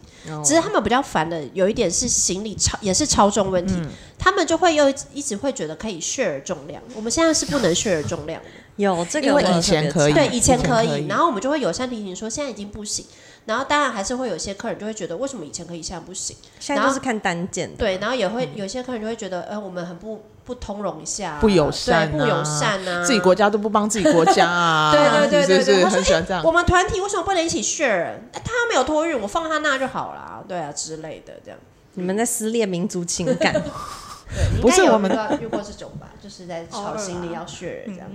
只是他们比较烦的有一点是行李超也是超重问题，他们就会又一直会觉得可以 share 重量，我们现在是不能 share 重量的。
有这
因
个
为
我有
以前
特别
可以
查
对，以前
以前
可
可以
以，然后我们就会友善提醒说现在已经不行。然后当然还是会有些客人就会觉得为什么以前可以现在不行？
现在
然
都
后
是看单件的，
对，然后也会有些客人就会觉得，呃，我们很不不通融一下啊，
嗯不友善
对，不友
啊
善啊，
自己国家都不帮自己国家啊。
对对对对
是不
对，
是
他
很喜
说
欢这样
诶我。们团体为什么不能一起 share？哎他没有托运，我放他那就好啦，对啊之类的这样。
你们在撕裂民族情感，
对，你应
不
该
是
有
我们
遇到遇过这种吧？就是在吵
偶尔
行李要
啊
share 这样。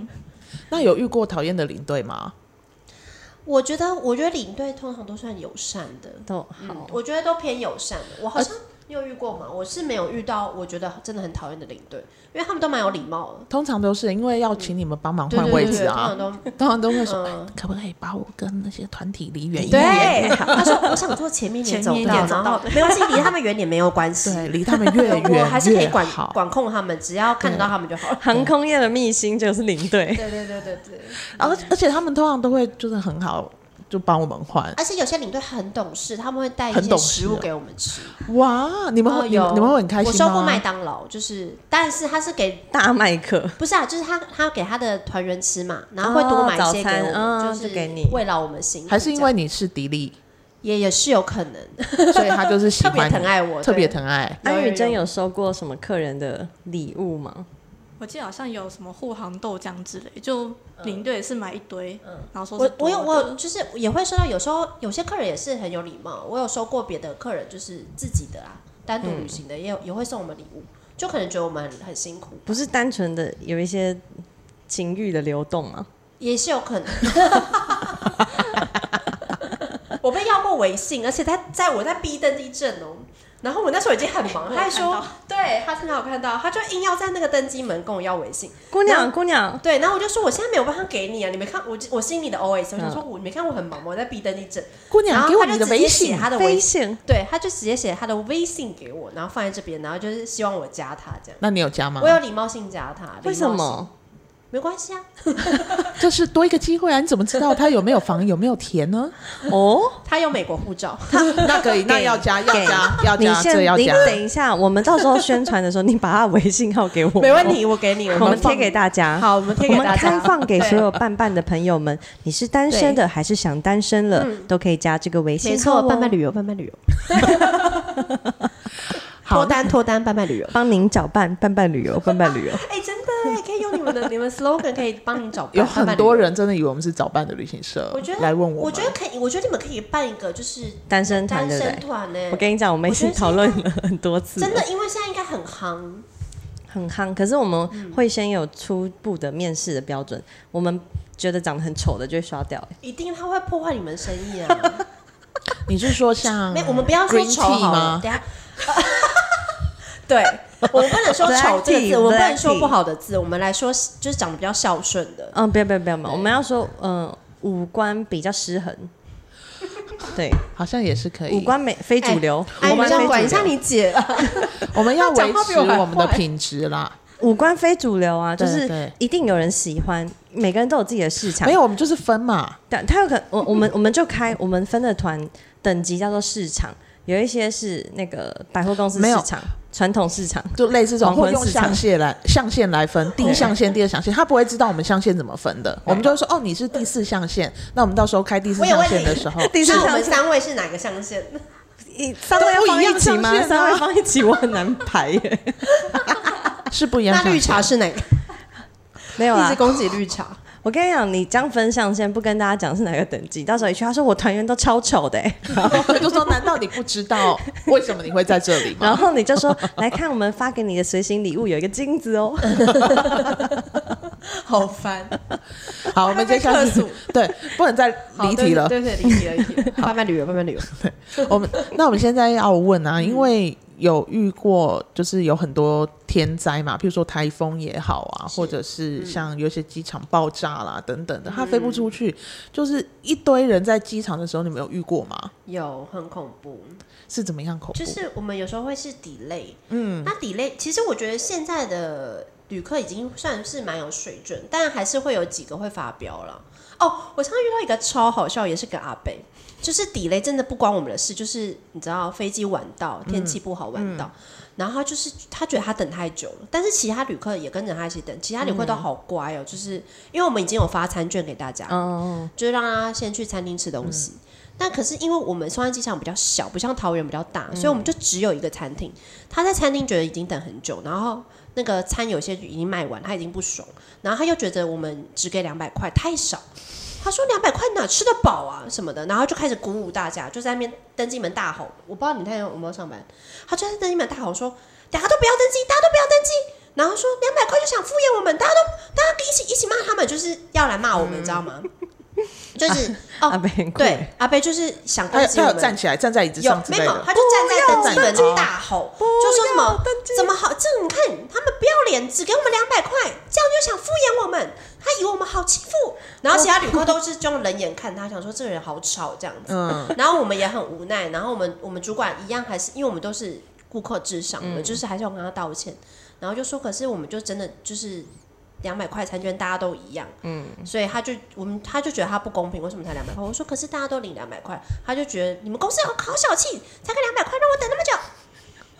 那有遇过讨厌的领队吗？
我觉得，我觉得领队通常都算友善的，
都
嗯
好，，
我觉得都偏友善的。
呃
我好像你有遇过吗？我是没有遇到，我觉得真的很讨厌的领队，因为他们都蛮有礼貌的。
通常都是因为要请你们帮忙
对
换
对
位
对对，
置
通常
啊，
都
通常都会说，哎
嗯，
可不可以把我跟那些团体离远一点？
对。他说我想坐前面一点走
前面一
道，
点走
然后没关系，离他们远点没有关系。
对，离他们越
我
远
还是可以
越
管
好。
管控他们，只要看得到他们就 好了。
航空业的秘辛就是领队，
对对对对对，
而而且他们通常都会就是很好就帮我们换。
而且有些领队很懂事，他们会带一
很
些
懂事
食物
哦
给我们吃。
哇，你们
哦
会、你们
有
你们会很开心
我
吗？
收过麦当劳，就是，但是他是给
大麦克，
不是啊，就是他他给他的团员吃嘛，然后会多买一
哦早
些给我
餐
们，
嗯
就是
就给你
慰劳我们心。
还是因为你是迪丽，
也也是有可能，
所以他就是喜
特别
欢
疼
你，
爱我，
特别
对。
疼爱。
有
安宇真
有
有收过什么客人的礼物吗？
我记得好像有什么护航豆浆之类，就领队也是买一堆，然后说
嗯我
是
我有
多
我
的
有就是也会收到，有时候有些客人也是很有礼貌，我有收过别的客人就是自己的啦，单独旅行的也有也会送我们礼物，就可能觉得我们很很辛苦，
不是单纯的有一些情欲的流动吗？
也是有可能。 我被要过微信，而且他在我在逼登机证哦。然后我那时候已经很
哎
忙，他还说，对他真的有看到，他就硬要在那个登机门跟我要微信。
姑娘，姑娘，
对，然后我就说我现在没有办法给你啊，你没看我我心里的
嗯
OS，我想说我你没看我很忙吗？我在逼登机证，
姑
然
娘，
后
给我你
他就
的
直接
微
写
信，
他的微
飞
信，
行
对，他就直接写他的微信给我，然后放在这边，然后就是希望我加他这样。
那你有加吗
我？有礼貌性加他，礼
嗯为什
貌性？
么？
没关系啊，
这是多一个机会啊！你怎么知道他有没有房有没有田 呢？
哦，
他有美国护照，
那可以，那
给
要加要
给
加要
你
加，这
先，
要
你
加。
等一下，我们到时候宣传的时候，你把他微信号给 我，
没问，题，我给你，
我们
放
贴给大家。
好，我们贴
我
给
们
大家，
开放给
对
所有伴伴的朋友们，你是单身的还是想单身了，都可以加这个微
没
信号、
错，
哦，
伴伴旅游，伴伴旅游，
好
脱，单脱单，伴伴旅游。
帮您找伴伴伴旅游，伴伴旅游。
哎，真的耶可以用你们的你们 slogan 可以帮你找伴
有
伴
很
伴旅游
多，人真的以为我们是早办的旅行社，
我觉得
来问
我
们
觉得可以，我觉得你们可以办一个就是
单身团
单
对不
身
对？
团呢
我。跟你讲，我们已经
我觉得
讨论了很多次了，
真的，因为现在应该很夯，
很夯。可是我们会先有初步的面试的标准，我们觉得长得很丑的就会刷掉、欸
一定他会破坏你们生意啊。
你是说像
没，我们不要说
嗯 green
丑
tea
好了，
吗？
等一下， 对，我们不能说丑
Black
这个
tea，
字，我们不
black
能
tea
说不好的字，我们来说就是长得比较孝顺的。
嗯，不要不要不要嘛，我们要说，呃，五官比较失衡。对，
好像也是可以。
五官美非主流，
哎，
五
你
官
这样管
非
一
主
下
流，
你姐了，
我们要
讲
维
话比
持
我还哎
我们的
坏
品质啦。
五官非主流啊，就
对
是
对
一定有人喜欢，每个人都有自己的市场。
没有，我们就是分嘛。
但他有可我我们我们就开我们分的团等级叫做市场，有一些是那个百货公司
没有
市场、传统市场，
就类似这种，
黄昏
会用
市场
象限来象限来分，第一象限、第二象限，他不会知道我们象限怎么分的。我们就会说，哦，你是第四象限，那我们到时候开第四
我也
象
问
限
你
的 时候，
第四
那我
象
们
限
三位是哪个象限？
一三位要放一起吗
都不一样象限？啊
三位放一起我很难排耶，
是不一样象
那
限。
绿茶是哪个？
没有
一直
啦。
攻击绿茶，
我跟你讲，你将分象限不跟大家讲是哪个等级，到时候一去他说我团员都超丑的欸、
我就说，难道你不知道为什么你会在这 里
然
吗？
后你就说来看我们发给你的随行礼物有一个镜子哦，
好烦。
好，我们接下
他
来
被客诉
对，不能再
好
离题了。
对对，对离题了，离题了。 慢慢旅游，慢慢旅游。
我们那我们现在要问啊，因为有遇过就是有很多天灾嘛，譬如说台风也好啊，或者
嗯
是像有些机场爆炸啦等等的，它飞不出去，就是一堆人在机场的时候，你们有遇过吗？
有很恐怖，
是怎么样恐怖？
就是我们有时候会是 delay，嗯，那 delay 其实我觉得现在的旅客已经算是蛮有水准，但还是会有几个会发飙了。哦，我常常遇到一个超好笑，也是个阿北，就是 delay 真的不关我们的事，就是你知道飞机晚到，天气不好晚到。
嗯
然后他就是他觉得他等太久了，但是其他旅客也跟着他一起等，其他旅客都好乖哦，就是因为我们已经有发餐券给大家，
嗯
哦，
就是让他先去餐厅吃东西。但可是因为我们松山机场比较小，不像桃园比较大，所以我们就只有一个餐厅。他在餐厅觉得已经等很久，然后那个餐有些已经卖完，他已经不爽，然后他又觉得我们只给两百块太少。他说两百块哪吃得饱啊什么的，然后就开始鼓舞大家，就在那边登机门大吼。我不知道你那天有没有上班，他就在登机门大吼说：“大家都不要登机，大家都不要登机。”然后说两百块就想敷衍我们，大家都大家一起一起骂他们，就是要来骂我们，你知道吗？就是哦，
阿北很贵
对，阿贝就是想
他
攻
有
击
他
我
有站
们。
起来，站在椅子
有
上之
没
类
有？
的。
他就站在登机门
不要
大吼，就说什么怎么好？这你看他们不要脸，只给我们两百块，这样就想敷衍我们，他以为我们好欺负。然后其他旅客都是就用冷眼看他，想说这个人好吵这样子。
嗯，
然后我们也很无奈，然后我们我们主管一样还是，因为我们都是
嗯
顾客至上的，就是还是要跟他道歉，然后就说，可是我们就真的就是两百块餐券大家都一样，嗯，所以他就我们他就觉得他不公平，为什么才两百块？我说可是大家都领两百块，他就觉得你们公司有好小气，才给两百块让我等那么久，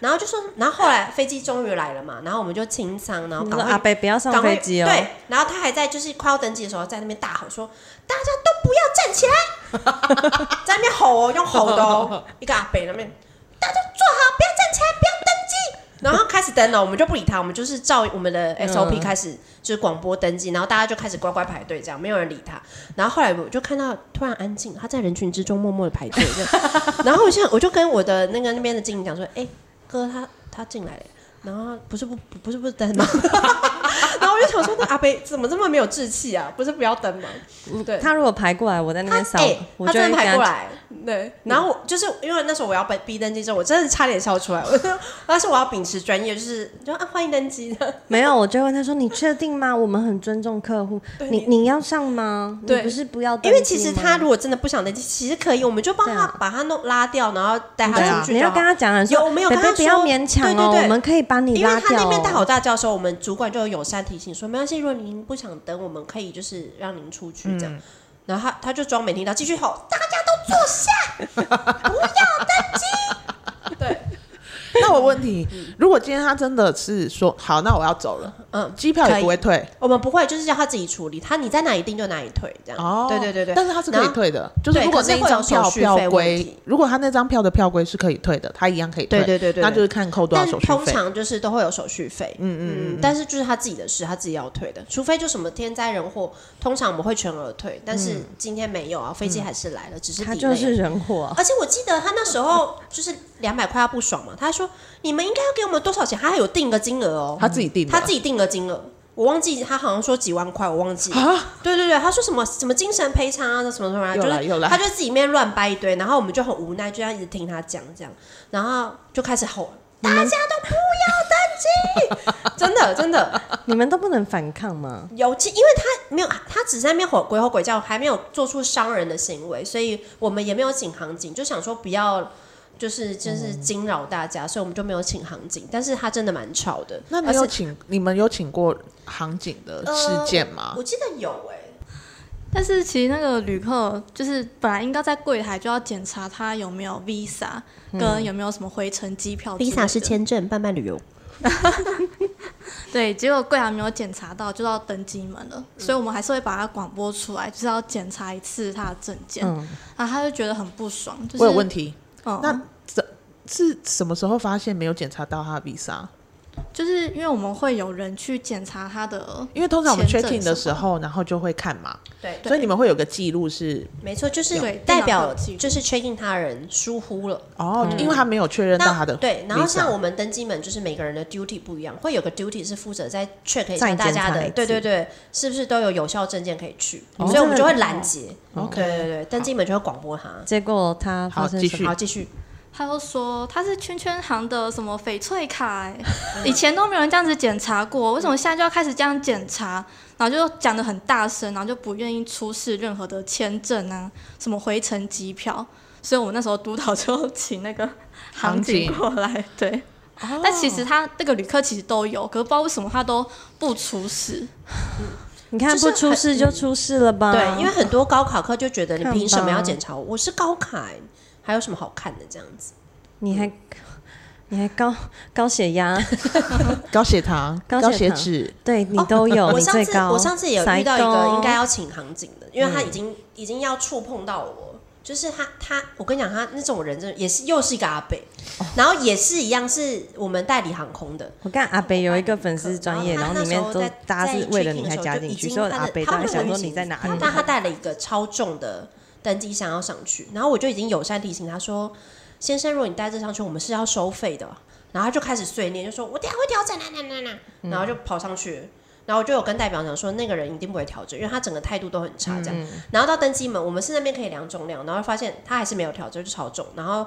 然后就说，然后后来飞机终于来了嘛，然后我们就清仓，然后
你
赶
说
快
阿北不要上
赶快
飞机哦，
对，然后他还在就是快要登机的时候，在那边大吼说：“大家都不要站起来！” 在那边吼哦，用吼的哦，一个阿北那边，大家坐好，不要站起来，不要登机。然后开始登了，我们就不理他，我们就是照我们的 SOP 开始，就是广播登记，然后大家就开始乖乖排队，这样没有人理他。然后后来我就看到突然安静，他在人群之中默默的排队，这样。然后我现在我就跟我的那个那边的经理讲说：“哎、哥，他他进来了。”然后不是不不是不登吗？ 然后我就想说，那阿北怎么这么没有志气啊？不是不要登吗？对，
他如果排过来，我在那边扫
他哎，
我
他
就会
真的
跟
排
他
过来，对。然后我就是因为那时候我要被逼登机之后，我真的差点笑出来。 我说，但是我要秉持专业，就是就啊欢迎登机的。
没有，我就问他说：“你确定吗？我们很尊重客户，你你要上吗？
对
你不是不要登记
因
吗，
为其实他如果真的不想登机，其实可以，我们就帮
对
他
啊
把他弄拉掉，然后带
对啊
他出去。
你要跟他。讲啊，说
有我们有跟
北
他
北不要
说
勉强哦，
对对对
我们可以把你
因
拉
为他
掉、
那
哦。
边大吼大叫的时候，我们主管就有友善提醒说，没关系，如果您不想登，我们可以就是让您出去这样。
嗯
然后他他就装没听到，继续吼，大家都坐下， 不要登机。
那我问你，如果今天他真的是说好，那我要走了，
对，嗯，
机票
可
也
以
不会退
我们不会，就是叫他自己处理，他你在哪里订就哪里退这样。
哦。
对对对对。
但是他是可以
然后，
退的，就是如果那一张
可是会
票
有手续费
票
问
归
题，
如果他那张票的票归是可以退的，他一样可以退。
对对对对对
那就是看扣多少
但
手续
通
费。
常就是都会有手续费。嗯嗯嗯。但是就是他自己的事，他自己要退的，除非就什么天灾人祸，通常我们会全额退，但是今天没有啊，飞机还是来了，只是
他
delay
就
而
是
已
人祸啊、
而且我记得他那时候就是两百块，他不爽嘛，他说你们应该要给我们多少钱？他还有定个金额哦，
他自己定的
他自己定个金额，我忘记他好像说几万块，我忘记了。
啊
对对对，他说什么什么精神赔偿啊，什么什么啊，
又
就
来又
是
来
他就自己面乱掰一堆，然后我们就很无奈，就这样一直听他讲这样，然后就开始吼。大家都不 要登机，真的真的
你们都不能反抗吗？
有，其因为他没有，他只是在那边吼鬼吼鬼叫，还没有做出伤人的行为，所以我们也没有请航警，就想说不要。就是就是
嗯
惊扰大家，所以我们就没有请航警。但是他真的蛮吵的，
那你
而且呃
有请你们有请过航警的事件吗？
我记得有哎、
但是其实那个旅客就是本来应该在柜台就要检查他有没有 Visa，跟
嗯
有没有什么回程机
哦
票之类的。
证，伴伴旅游。
对，结果柜台没有检查到，就到登机门
嗯
了，所以我们还是会把它广播出来，就是要检查一次他的证件。
嗯
然后他就觉得很不爽，就是
我有问题，
哦
那怎是什么时候发现没有检查到他的 visa？
就是因为我们会有人去检查他的，
因为通常我们
签
check
证
in 的时
什么
候，然后就会看嘛，
对，
所以你们会有个记录是
没错，就是
对
代
电
表
脑会有记录
就是 check in 他人疏忽了。
哦，因为他没有确认到他的
嗯对，然后
visa
像我们登机门，就是每个人的 duty 不一样，会有个 duty 是负责在 check 一
再
下
检查
大家
一
的，
次
对对对，是不是都有有效证件可以去，
哦
所以我们就会拦截。
OK
对对对，登机门就会广播他。
结果他发
好
生
继
什
续
么？
好，继续。
他又说他是圈圈行的什么翡翠卡、欸，以前都没有人这样子检查过，为什么现在就要开始这样检查？然后就讲的很大声，然后就不愿意出示任何的签证啊，什么回程机票。所以我们那时候督导就请那个
航
航警
警
过来，对。
哦
但其实他那个旅客其实都有，可是不知道为什么他都不出示。
你看
就
不
是很
出事就出事了吧？
对，因为很多高考课就觉得你
看吧
凭什么要检查我？我是高考、欸，还有什么好看的这样子？
你还你还高高血压，
高血糖、
高
高
血
血
糖
脂，
对你都有，
哦我
你
上
最
次
高。
我上次也遇到一个
Psycho
应该要请航警的，因为他已经、已经要触碰到我，就是他他我跟你讲，他那种人真的也是又是一个阿北，
哦
然后也是一样是我们代理航空的，
我看阿北有一个粉丝专业，然
然后
后
哦他那
里面
时候
都
在
大家是为了你才加进去，所有的阿北
他
大家
们
想说你在哪里？
但他带了一个超重的登机箱要上去，然后我就已经友善提醒他说：“先生，如果你带这上去，我们是要收费的。”然后他就开始碎念，就说：“我等一下会调整，啦啦啦啦。”
嗯
然后就跑上去了。然后我就有跟代表讲说，那个人一定不会调整，因为他整个态度都很差这
嗯
样。然后到登机门，我们是那边可以量重量，然后发现他还是没有调整，就超重。然后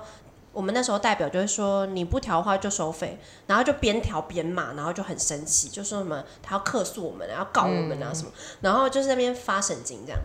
我们那时候代表就会说，你不调的话就收费，然后就边调边骂，然后就很生气，就说什么他要客诉我们，要告我们啊什么，然后就是在那边发神经这样。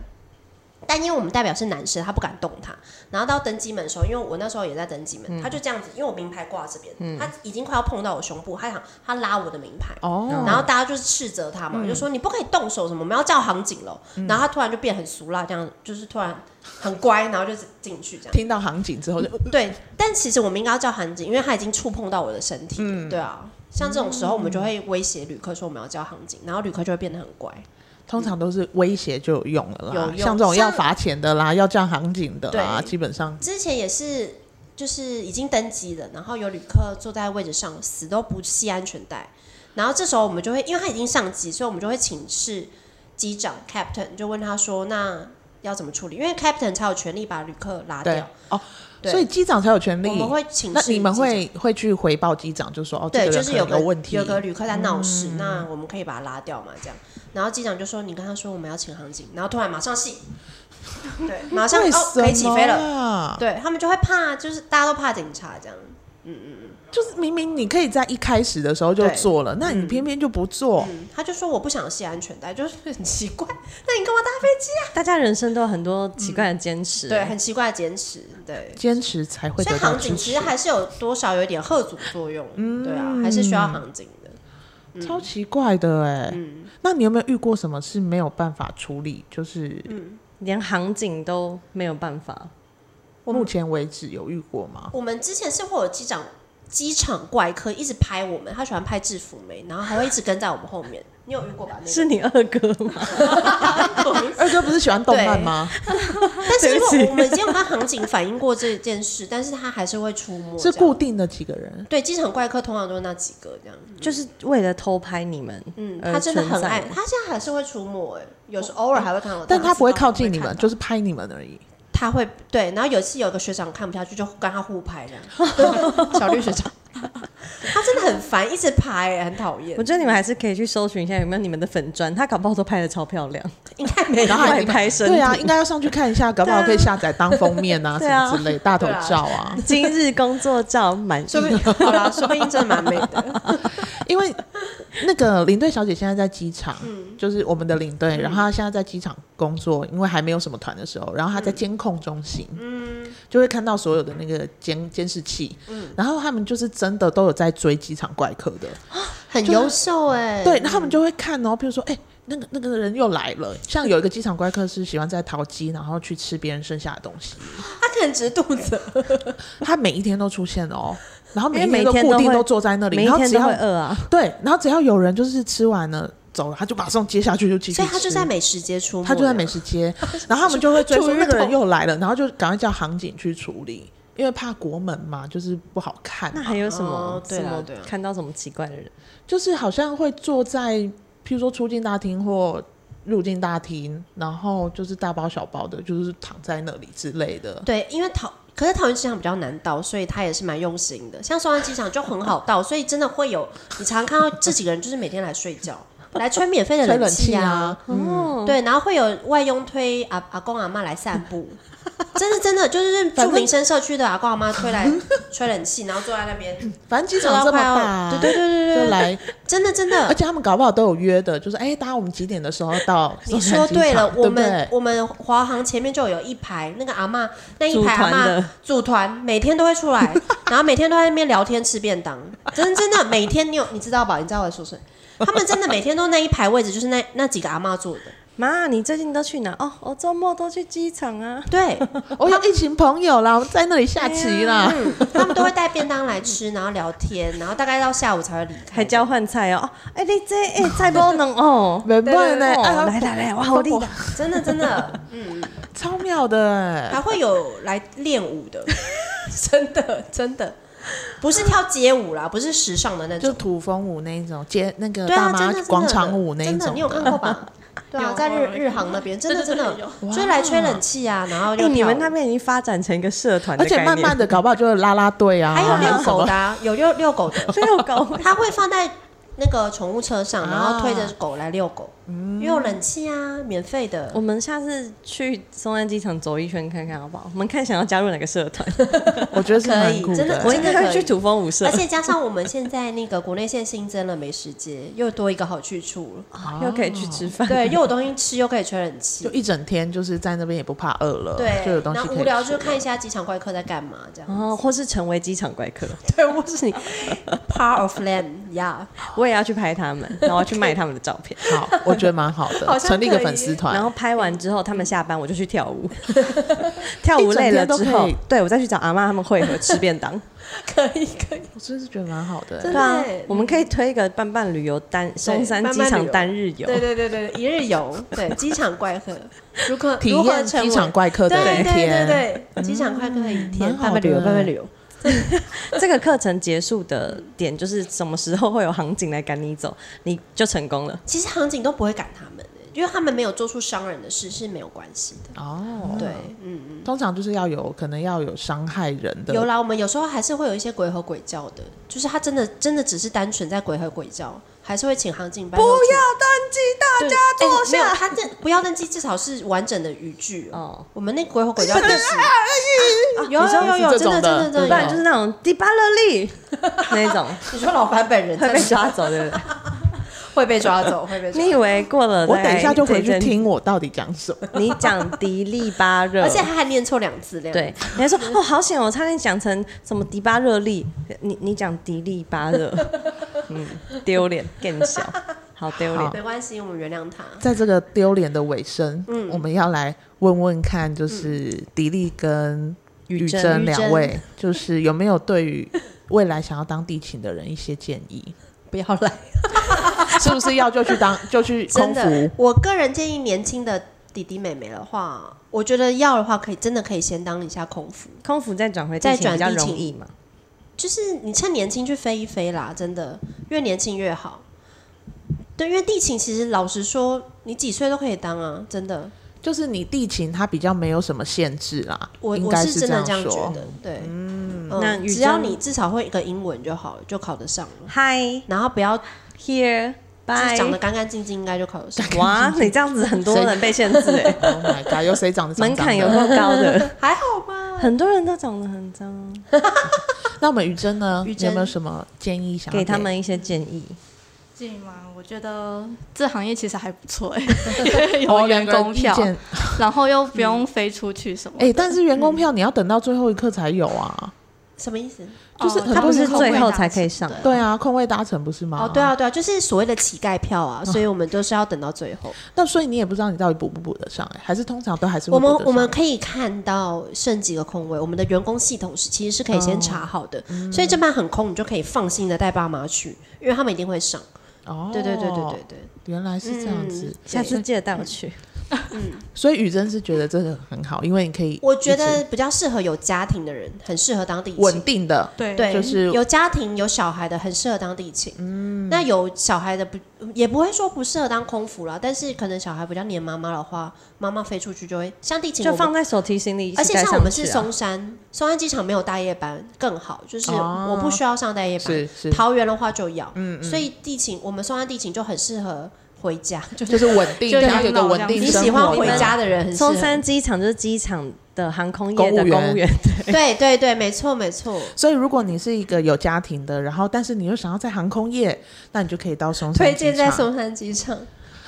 但因为我们代表是男生，他不敢动他。然后到登机门的时候，因为我那时候也在登机门，他就这样子，因为我名牌挂这边，他已经快要碰到我胸部，他想他拉我的名牌，
哦，
然后大家就是斥责他嘛，就说你不可以动手什么，我们要叫航警了。然后他突然就变很俗辣，这样就是突然很乖，然后就是进去这 样。
听到航警之后就
对，但其实我们应该要叫航警，因为他已经触碰到我的身体了。对啊，像这种时候，我们就会威胁旅客说我们要叫航警，然后旅客就会变得很乖。
通常都是威胁就有用了啦
有，用
像这种要
像
罚钱的啦，要降航警的啦，
对
基本上
之前也是，就是已经登机了，然后有旅客坐在位置上，死都不系安全带。然后这时候我们就会，因为他已经上机，所以我们就会请示机长 Captain，就问他说：“那要怎么处理？”因为 Captain 才有权利把旅客拉
对
掉。
哦，
对
所以机长才有权利。
我们会请
那
示
你们
机长
会会去回报机长，就说哦，
对，
这个嗯
就
人
是
可能
个
有问题，
有个旅客在闹事，那我们可以把他拉掉嘛？这样，然后机长就说：“你跟他说我们要请航警。”然后突然马上系，对，马上
为啊
哦可以起飞了。
了。
对他们就会怕，就是大家都怕警察这样。
就是明明你可以在一开始的时候就
对
做了，那你偏偏就不做，
嗯，他就说我不想系安全带，就是很奇 怪。那你干嘛搭配？
大家人生都有很多奇怪的坚持，
嗯对，，很奇怪的坚持，对。
坚持才会
所以
得到
航
支
警
持嗯
其实。还是有多少有一点贺阻作用，对啊，还是需要航警的。嗯
超奇怪的哎、那你有没有遇过什么是没有办法处理？就是
连航警都没有办法。
目前为止有遇过吗？
我们之前是会有机长机场怪客一直拍我们，他喜欢拍制服妹，然后还会一直跟在我们后面。你有遇过吧？那个
是你二哥 吗？
二哥不是喜欢动漫吗？
但是
对
因
不
为
起
我们已经有跟航警反映过这件事，但是他还是会出没，
是
这样
固定的几个人，
对机场怪客通常都是那几个这样。
就是为了偷拍你们，
嗯，
呃
他真的很
存在
爱，他现在还是会出没、哎，有时偶尔还会看到他，
但他不会靠近你
看
们，
到
就是拍你们而已。
他会对，然后有一次有个学长看不下去，就跟他互拍这样， 小绿学长，他真的很烦，一直拍、很讨厌
我。觉得你们还是可以去搜寻一下有没有你们的粉砖，他搞不好都拍的超漂亮，
应该没有
然后还
外拍身
对啊，
图。
应该要上去看一下，搞不好可以下载当封面 啊，什
对啊
么之类，大头
对啊
照啊。
今日工作照满意
说，不定好啦，说不定真的蛮美 的。
因为那个领队小姐现在在机场，
嗯
就是我们的领队，然后她现在在机场工作，因为还没有什么团的时候，然后她
嗯
在监控中心，就会看到所有的那个监监视器，
嗯
然后他们就是真的都有在追机场怪客的，
很优秀哎、
对，那他们就会看哦，比如说，哎、那个那个人又来了，像有一个机场怪客是喜欢在淘机，然后去吃别人剩下的东西，
他可能只是肚 子，
他每一天都出现哦。然后每
因为
一天
每
都
天
固
都
定
会
都坐在那里，
每一
然后
天
只
都
要
会饿啊。
对，然后只要有人就是吃完了走了，他就马上接下去就继续吃，
所以他就在美食街出没，
他就在美食街，然后他们就会追
出
说
入
那个人
口
又来了，然后就赶快叫航警去处理，因为怕国门嘛，就是不好看
那
嘛，
还有什么？
哦对
什
啦
么
对啦
看到什么奇怪的人？
就是好像会坐在譬如说出境大厅或。入境大厅，然后就是大包小包的，就是躺在那里之类的。
对，因为桃可是桃园机场比较难到，所以他也是蛮用心的。像松山机场就很好到，所以真的会有你常看到这几个人就是每天来睡觉，来吹免费的
吹冷
气
气啊，
嗯
哦，
对，然后会有外佣推阿阿公阿妈来散步， 真的真的就是
反
住
正
民生社区的阿公阿妈推 来吹冷气，然后坐在那边，
反正机
坐
场
到
这么
快要
大，
对对对对
就
对，
来，
真的真
而
的。
且他们搞不好都有约的，就是哎，大家我们几点的时候到
你
松
说
山机场？
对了，
不对
我们我们华航前面就有一排那个阿嬷，那一
组
排阿
团
嬷
的
组团，每天都会出来， 然后每天都在那边聊天吃便当，真真的每天你有你知道吧？你知道我在说谁？他们真的每天都那一排位置，就是那那几个阿嬷坐的，
妈，你最近都去哪？哦，我周末都去机场啊。
对，
我有一群朋友啦，我们在那里下棋啦。，
他们都会带便当来吃，然后聊天，然后大概到下午才会离开。
还交换菜哦，哦哎、你这哎、菜包能哦
没办呢，
哦
哎
来来来，我好厉害，哦
真的真的，嗯
超妙的哎！
还会有来练舞的，真的真的，不是跳街舞啦，不是时尚的那
就
种，
土风舞那一种，街那个
对
大
啊，
妈
真的
广场舞那一
真的，
种
你有看
的。
过吧？对啊，
有
在
偶
日
尔
日航那边，真的真
对对
的
对 有，
就是来吹冷气啊，然后
哎、
又
你们
跳舞
那边已经发展成一个社团的
而且
概
慢
念，
慢的，搞不好就是拉拉队啊，
还有遛
什
狗
么
的啊，有遛遛狗的，
遛狗
他会放在那个宠物车上，然后推着狗来遛狗，也有冷气啊，免费的
我。们下次去松山机场走一圈看看好不好？我们看想要加入哪个社团，
我觉得是
可
蛮
以
酷
真的
我
我
的。
应
应该
该会
可以
去土风舞社
而，且加上我们现在那个国内线新增了美食街，又多一个好去 处了。
哦又可以去吃饭。
对，又有东西吃，又可以吹冷气
就。一整天就是在那边也不怕饿了，
对，
就有东西
然
可
后
以
无聊
吃嗯
就看一下机场怪客在干嘛这样。
哦，或是成为机场怪客，
对， 我是你 part of them yeah。
我也要去拍他们，然后去卖他们的照片，
好，我觉得蛮好的，
好像
成立一个
可以
粉丝团，
然后拍完之后，他们下班我就去跳舞，跳
一
舞
整
累
天
了
都
之
可
后
以，
对我再去找阿妈他们会合吃便当。
可以可以，
我真是觉得蛮好的欸、
真
对啊
对，
我们可以推一个伴伴旅游单，松山
伴
机
伴旅
场
游
单日游，
对对对对，一日游，对，机场怪客，如何
体
如何
验
成
机
为
场怪客的
对
一
对
天，嗯
对对，机场快客的一天，
蛮好
慢慢旅游，
的
慢慢旅游，
这个课程结束的点就是什么时候会有航警来赶你走，你就成功了。
其实航警都不会赶他们的，因为他们没有做出伤人的事是没有关系的。
哦，
对，嗯
通常就是要有可能要有伤害人
嗯，有
的，
啦，我们有时候还是会有一些鬼吼鬼叫的，就是他真的真的只是单纯在鬼吼鬼叫，还是会请航警班不要登记，大家坐下。哎没有他这不要登记，至少是完整的语句哦。
哦，
我们那鬼吼 鬼叫真的是啊有
你说
有有有，
是这种
真的真啊
的
的真
不
的
然
有
就是那种第八勒 力那一种
你说老板本人
会
真
被
的
抓走，对不对？
会被抓 走，会被抓
你以
走。
为过了？
我等一下就回去。听我到底讲什么。
你讲迪丽巴热，
而且他还念错两次，两
对，你还说哦，好险！我差点讲成什么迪巴热力，你你讲迪丽巴热，嗯，丢脸更小，好丢脸
好。
没关系，我们原谅他。
在这个丢脸的尾声，
嗯
我们要来问问看，就是迪丽跟
雨
雨
珍
珍
雨
两
珍
位，就是有没有对于未来想要当地勤的人一些建 议？
不要来，
是不是要就去当就去
真
空
的
服？，
我个人建议年轻的弟弟妹妹的话，我觉得要的话，可以真的可以先当一下空服，
空服再转回
再
地勤
转
比较
地
容
勤
易嘛？
就是你趁年轻去飞一飞啦，真的，越年轻越好。对，因为地勤其实老实说，你几岁都可以当啊，真的，
就是你地勤它比较没有什么限制啦，
我
应
我
该
是真的这
这
样
说。
觉得，对，嗯，
那雨
只要
珍
你至少会一个英文就好了，就考得上了，
嗨
然后不要
，here，
就是
拜。
长得干干净净，应该就考得上。
哇，你这样子很多人被 限制哎、
Oh my god！有谁长得脏
门
脏
槛
的
有？够高的，
还好吧，
很多人都长得很脏。
那我们于真呢？
于
你
真
有没有什么建议想要
给他们一些建议，
建议吗？我觉得这行业其实还不错、欸，因 为
哦
有员工票
两个人意，见
然后又不用飞出去什么的。
哎、但是
嗯
员工票你要等到最后一刻才有啊。
什么意思？
就是
哦
很
他
多
不
人
是
空
最
位
后
搭
才可以上。
对啊，空位搭乘不是吗？
哦，对。啊，对啊，就是所谓的乞丐票啊，所以我们都是要等到最后。
那所以你也不知道你到底补不补得上、欸，还是通常都还是会
我们
补得上
我们可以看到剩几个空位，我们的员工系统是其实是可以先查好的，所以这班很空，你就可以放心的带爸妈去，因为他们一定会上。哦
哦，
对对对对嗯对，对，
原来是这样子。
下次
所以
记得带我去。
所以雨珍是觉得这个很好，因为你可以
我觉
一
得
直
比较适合有家庭的人，很适合当地勤
稳。定的
对
对，
就是
有家庭有小孩的很适合当地勤，嗯，那有小孩的不也不会说不适合当空服啦，但是可能小孩比较黏妈妈的话，妈妈飞出去就会像地勤
就
我们
放在手提行李，
而且像我们是
松，
松山，松山机场没有大夜班，更好，就是
哦
我不需要上大夜班。
是是，
桃园的话就要，所以地勤我们松山地勤就很适合回家，就是
就是稳定，
就
然后有个
养老
稳
这样
定
你
生活。
喜欢回家的人很适合
松。山机场就是机场的航空业
公
的
务员
公务员，
对对对，没错没错，
所以，如果你是一个有家庭的，然后但是你又想要在航空业，那你就可以到松山
推荐
机场
在松山机场。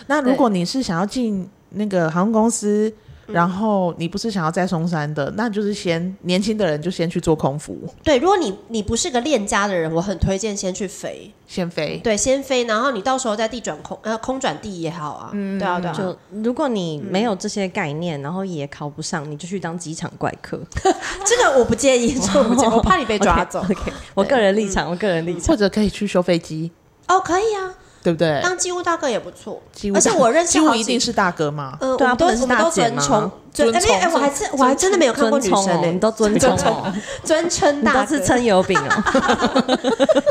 那如果你是想要进那个航空公司，
嗯
然后你不是想要在松山的，那就是先年轻的人就先去做空服，
对，如果你你不是个恋家的人，我很推荐先去飞，
先飞。
对，先飞，然后你到时候在地转空呃空转地也好啊，对啊对啊，
就如果你没有这些概念，然后也考不上，你就去当机场怪客。
这个我不介 意，这个我不介 意，我怕你被抓走。
OK，我个人立场，我个人立场。
或者可以去修飞机，
哦，可以啊，
对不对？
当机务大哥也不错
几，乎
而且我认识
几乎
好
一
几
定是大哥嘛。
呃，
对啊
我们都
不能是
我们
大
都
姐
尊
吗
崇，尊
尊
哎没有哎，我还是我还真的没有看过女生
尊崇哦
哎，
你都尊崇 哦，
尊称
你
大
都
哥
是撑油饼哦。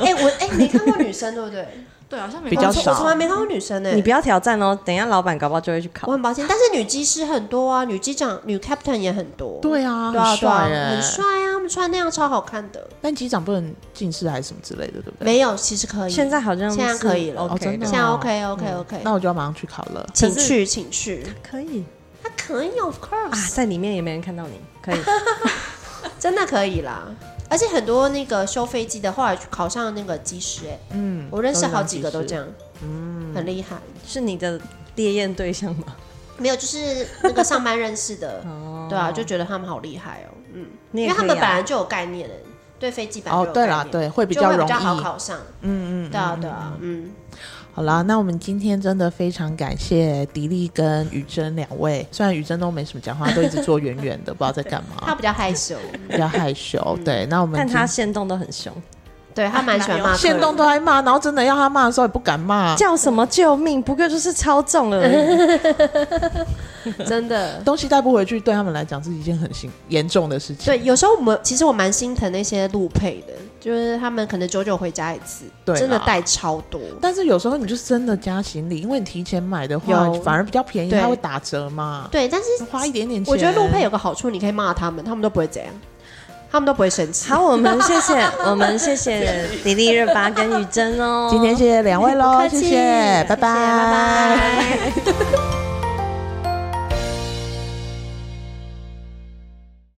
哎我哎没看过女生对不对？
对，好像没
比较
我从
少
我从来没看过女生哎
你，不要挑战哦，等一下老板搞不好就会去
我
考。
很抱歉，但是女机师很多啊，女机长、女 captain 也很多，
对啊，
对啊
很
对啊
帅耶，
很帅啊，我们们穿那样超好看的。
但机长不能近视还是什么之类的，对不对？
没有，其实可以。
现在好像
现在啊嗯
是
可以了
OK
真的
的哦
现在 OK OK OK，
那我就要马上去考了。
请
可是
去请去。
可以
他可以，of
啊
course，，
在里面也没人看到你，可 以
真的可以啦。而且很多那个修飞机的，后来考上那个机师，哎，
嗯，
我认识好几个都这
样。
样，嗯，很厉害。
是你的烈焰对象吗？
没有，就是那个上班认识 的，
哦
对啊，就觉得他们好厉害哦，嗯，
你
因
也
为
可以啊
他们本来就有概念的，对飞机本来就
哦
有，
对
概
啦，
念，
对，会比
就会
较容
比
易。
较好考上，
嗯嗯，
对啊，对啊，嗯，
好啦，那我们今天真的非常感谢迪丽跟雨珍两位，虽然雨珍都没什么讲话，都一直坐远远的，不知道在干
他嗯
嘛，
比较害羞，
比较害羞。对，那我们
但
今
他限动都很凶，
对他蛮喜欢骂客人
现动都在骂，然后真的要他骂的时候也不敢骂，
叫什么救命？不过就是超重而已。
真的。
东西带不回去，对他们来讲是一件很心严重的事情。
对，有时候我们其实我蛮心疼那些路配的，就是他们可能久久回家一次，
对啦
真的带超多。
但是有时候你就真的加行李，因为你提前买的话，
有
反而比较便宜，
对
它会打折嘛，
对，但是
花一点点钱。
我觉得路配有个好处，你可以骂他们，他们都不会怎样，他们都不会生气。
好，我们谢 谢，我们谢谢迪丽热巴跟雨珍哦。
今天谢谢两位
不
喽，
客
谢
气
谢，拜
谢谢拜拜。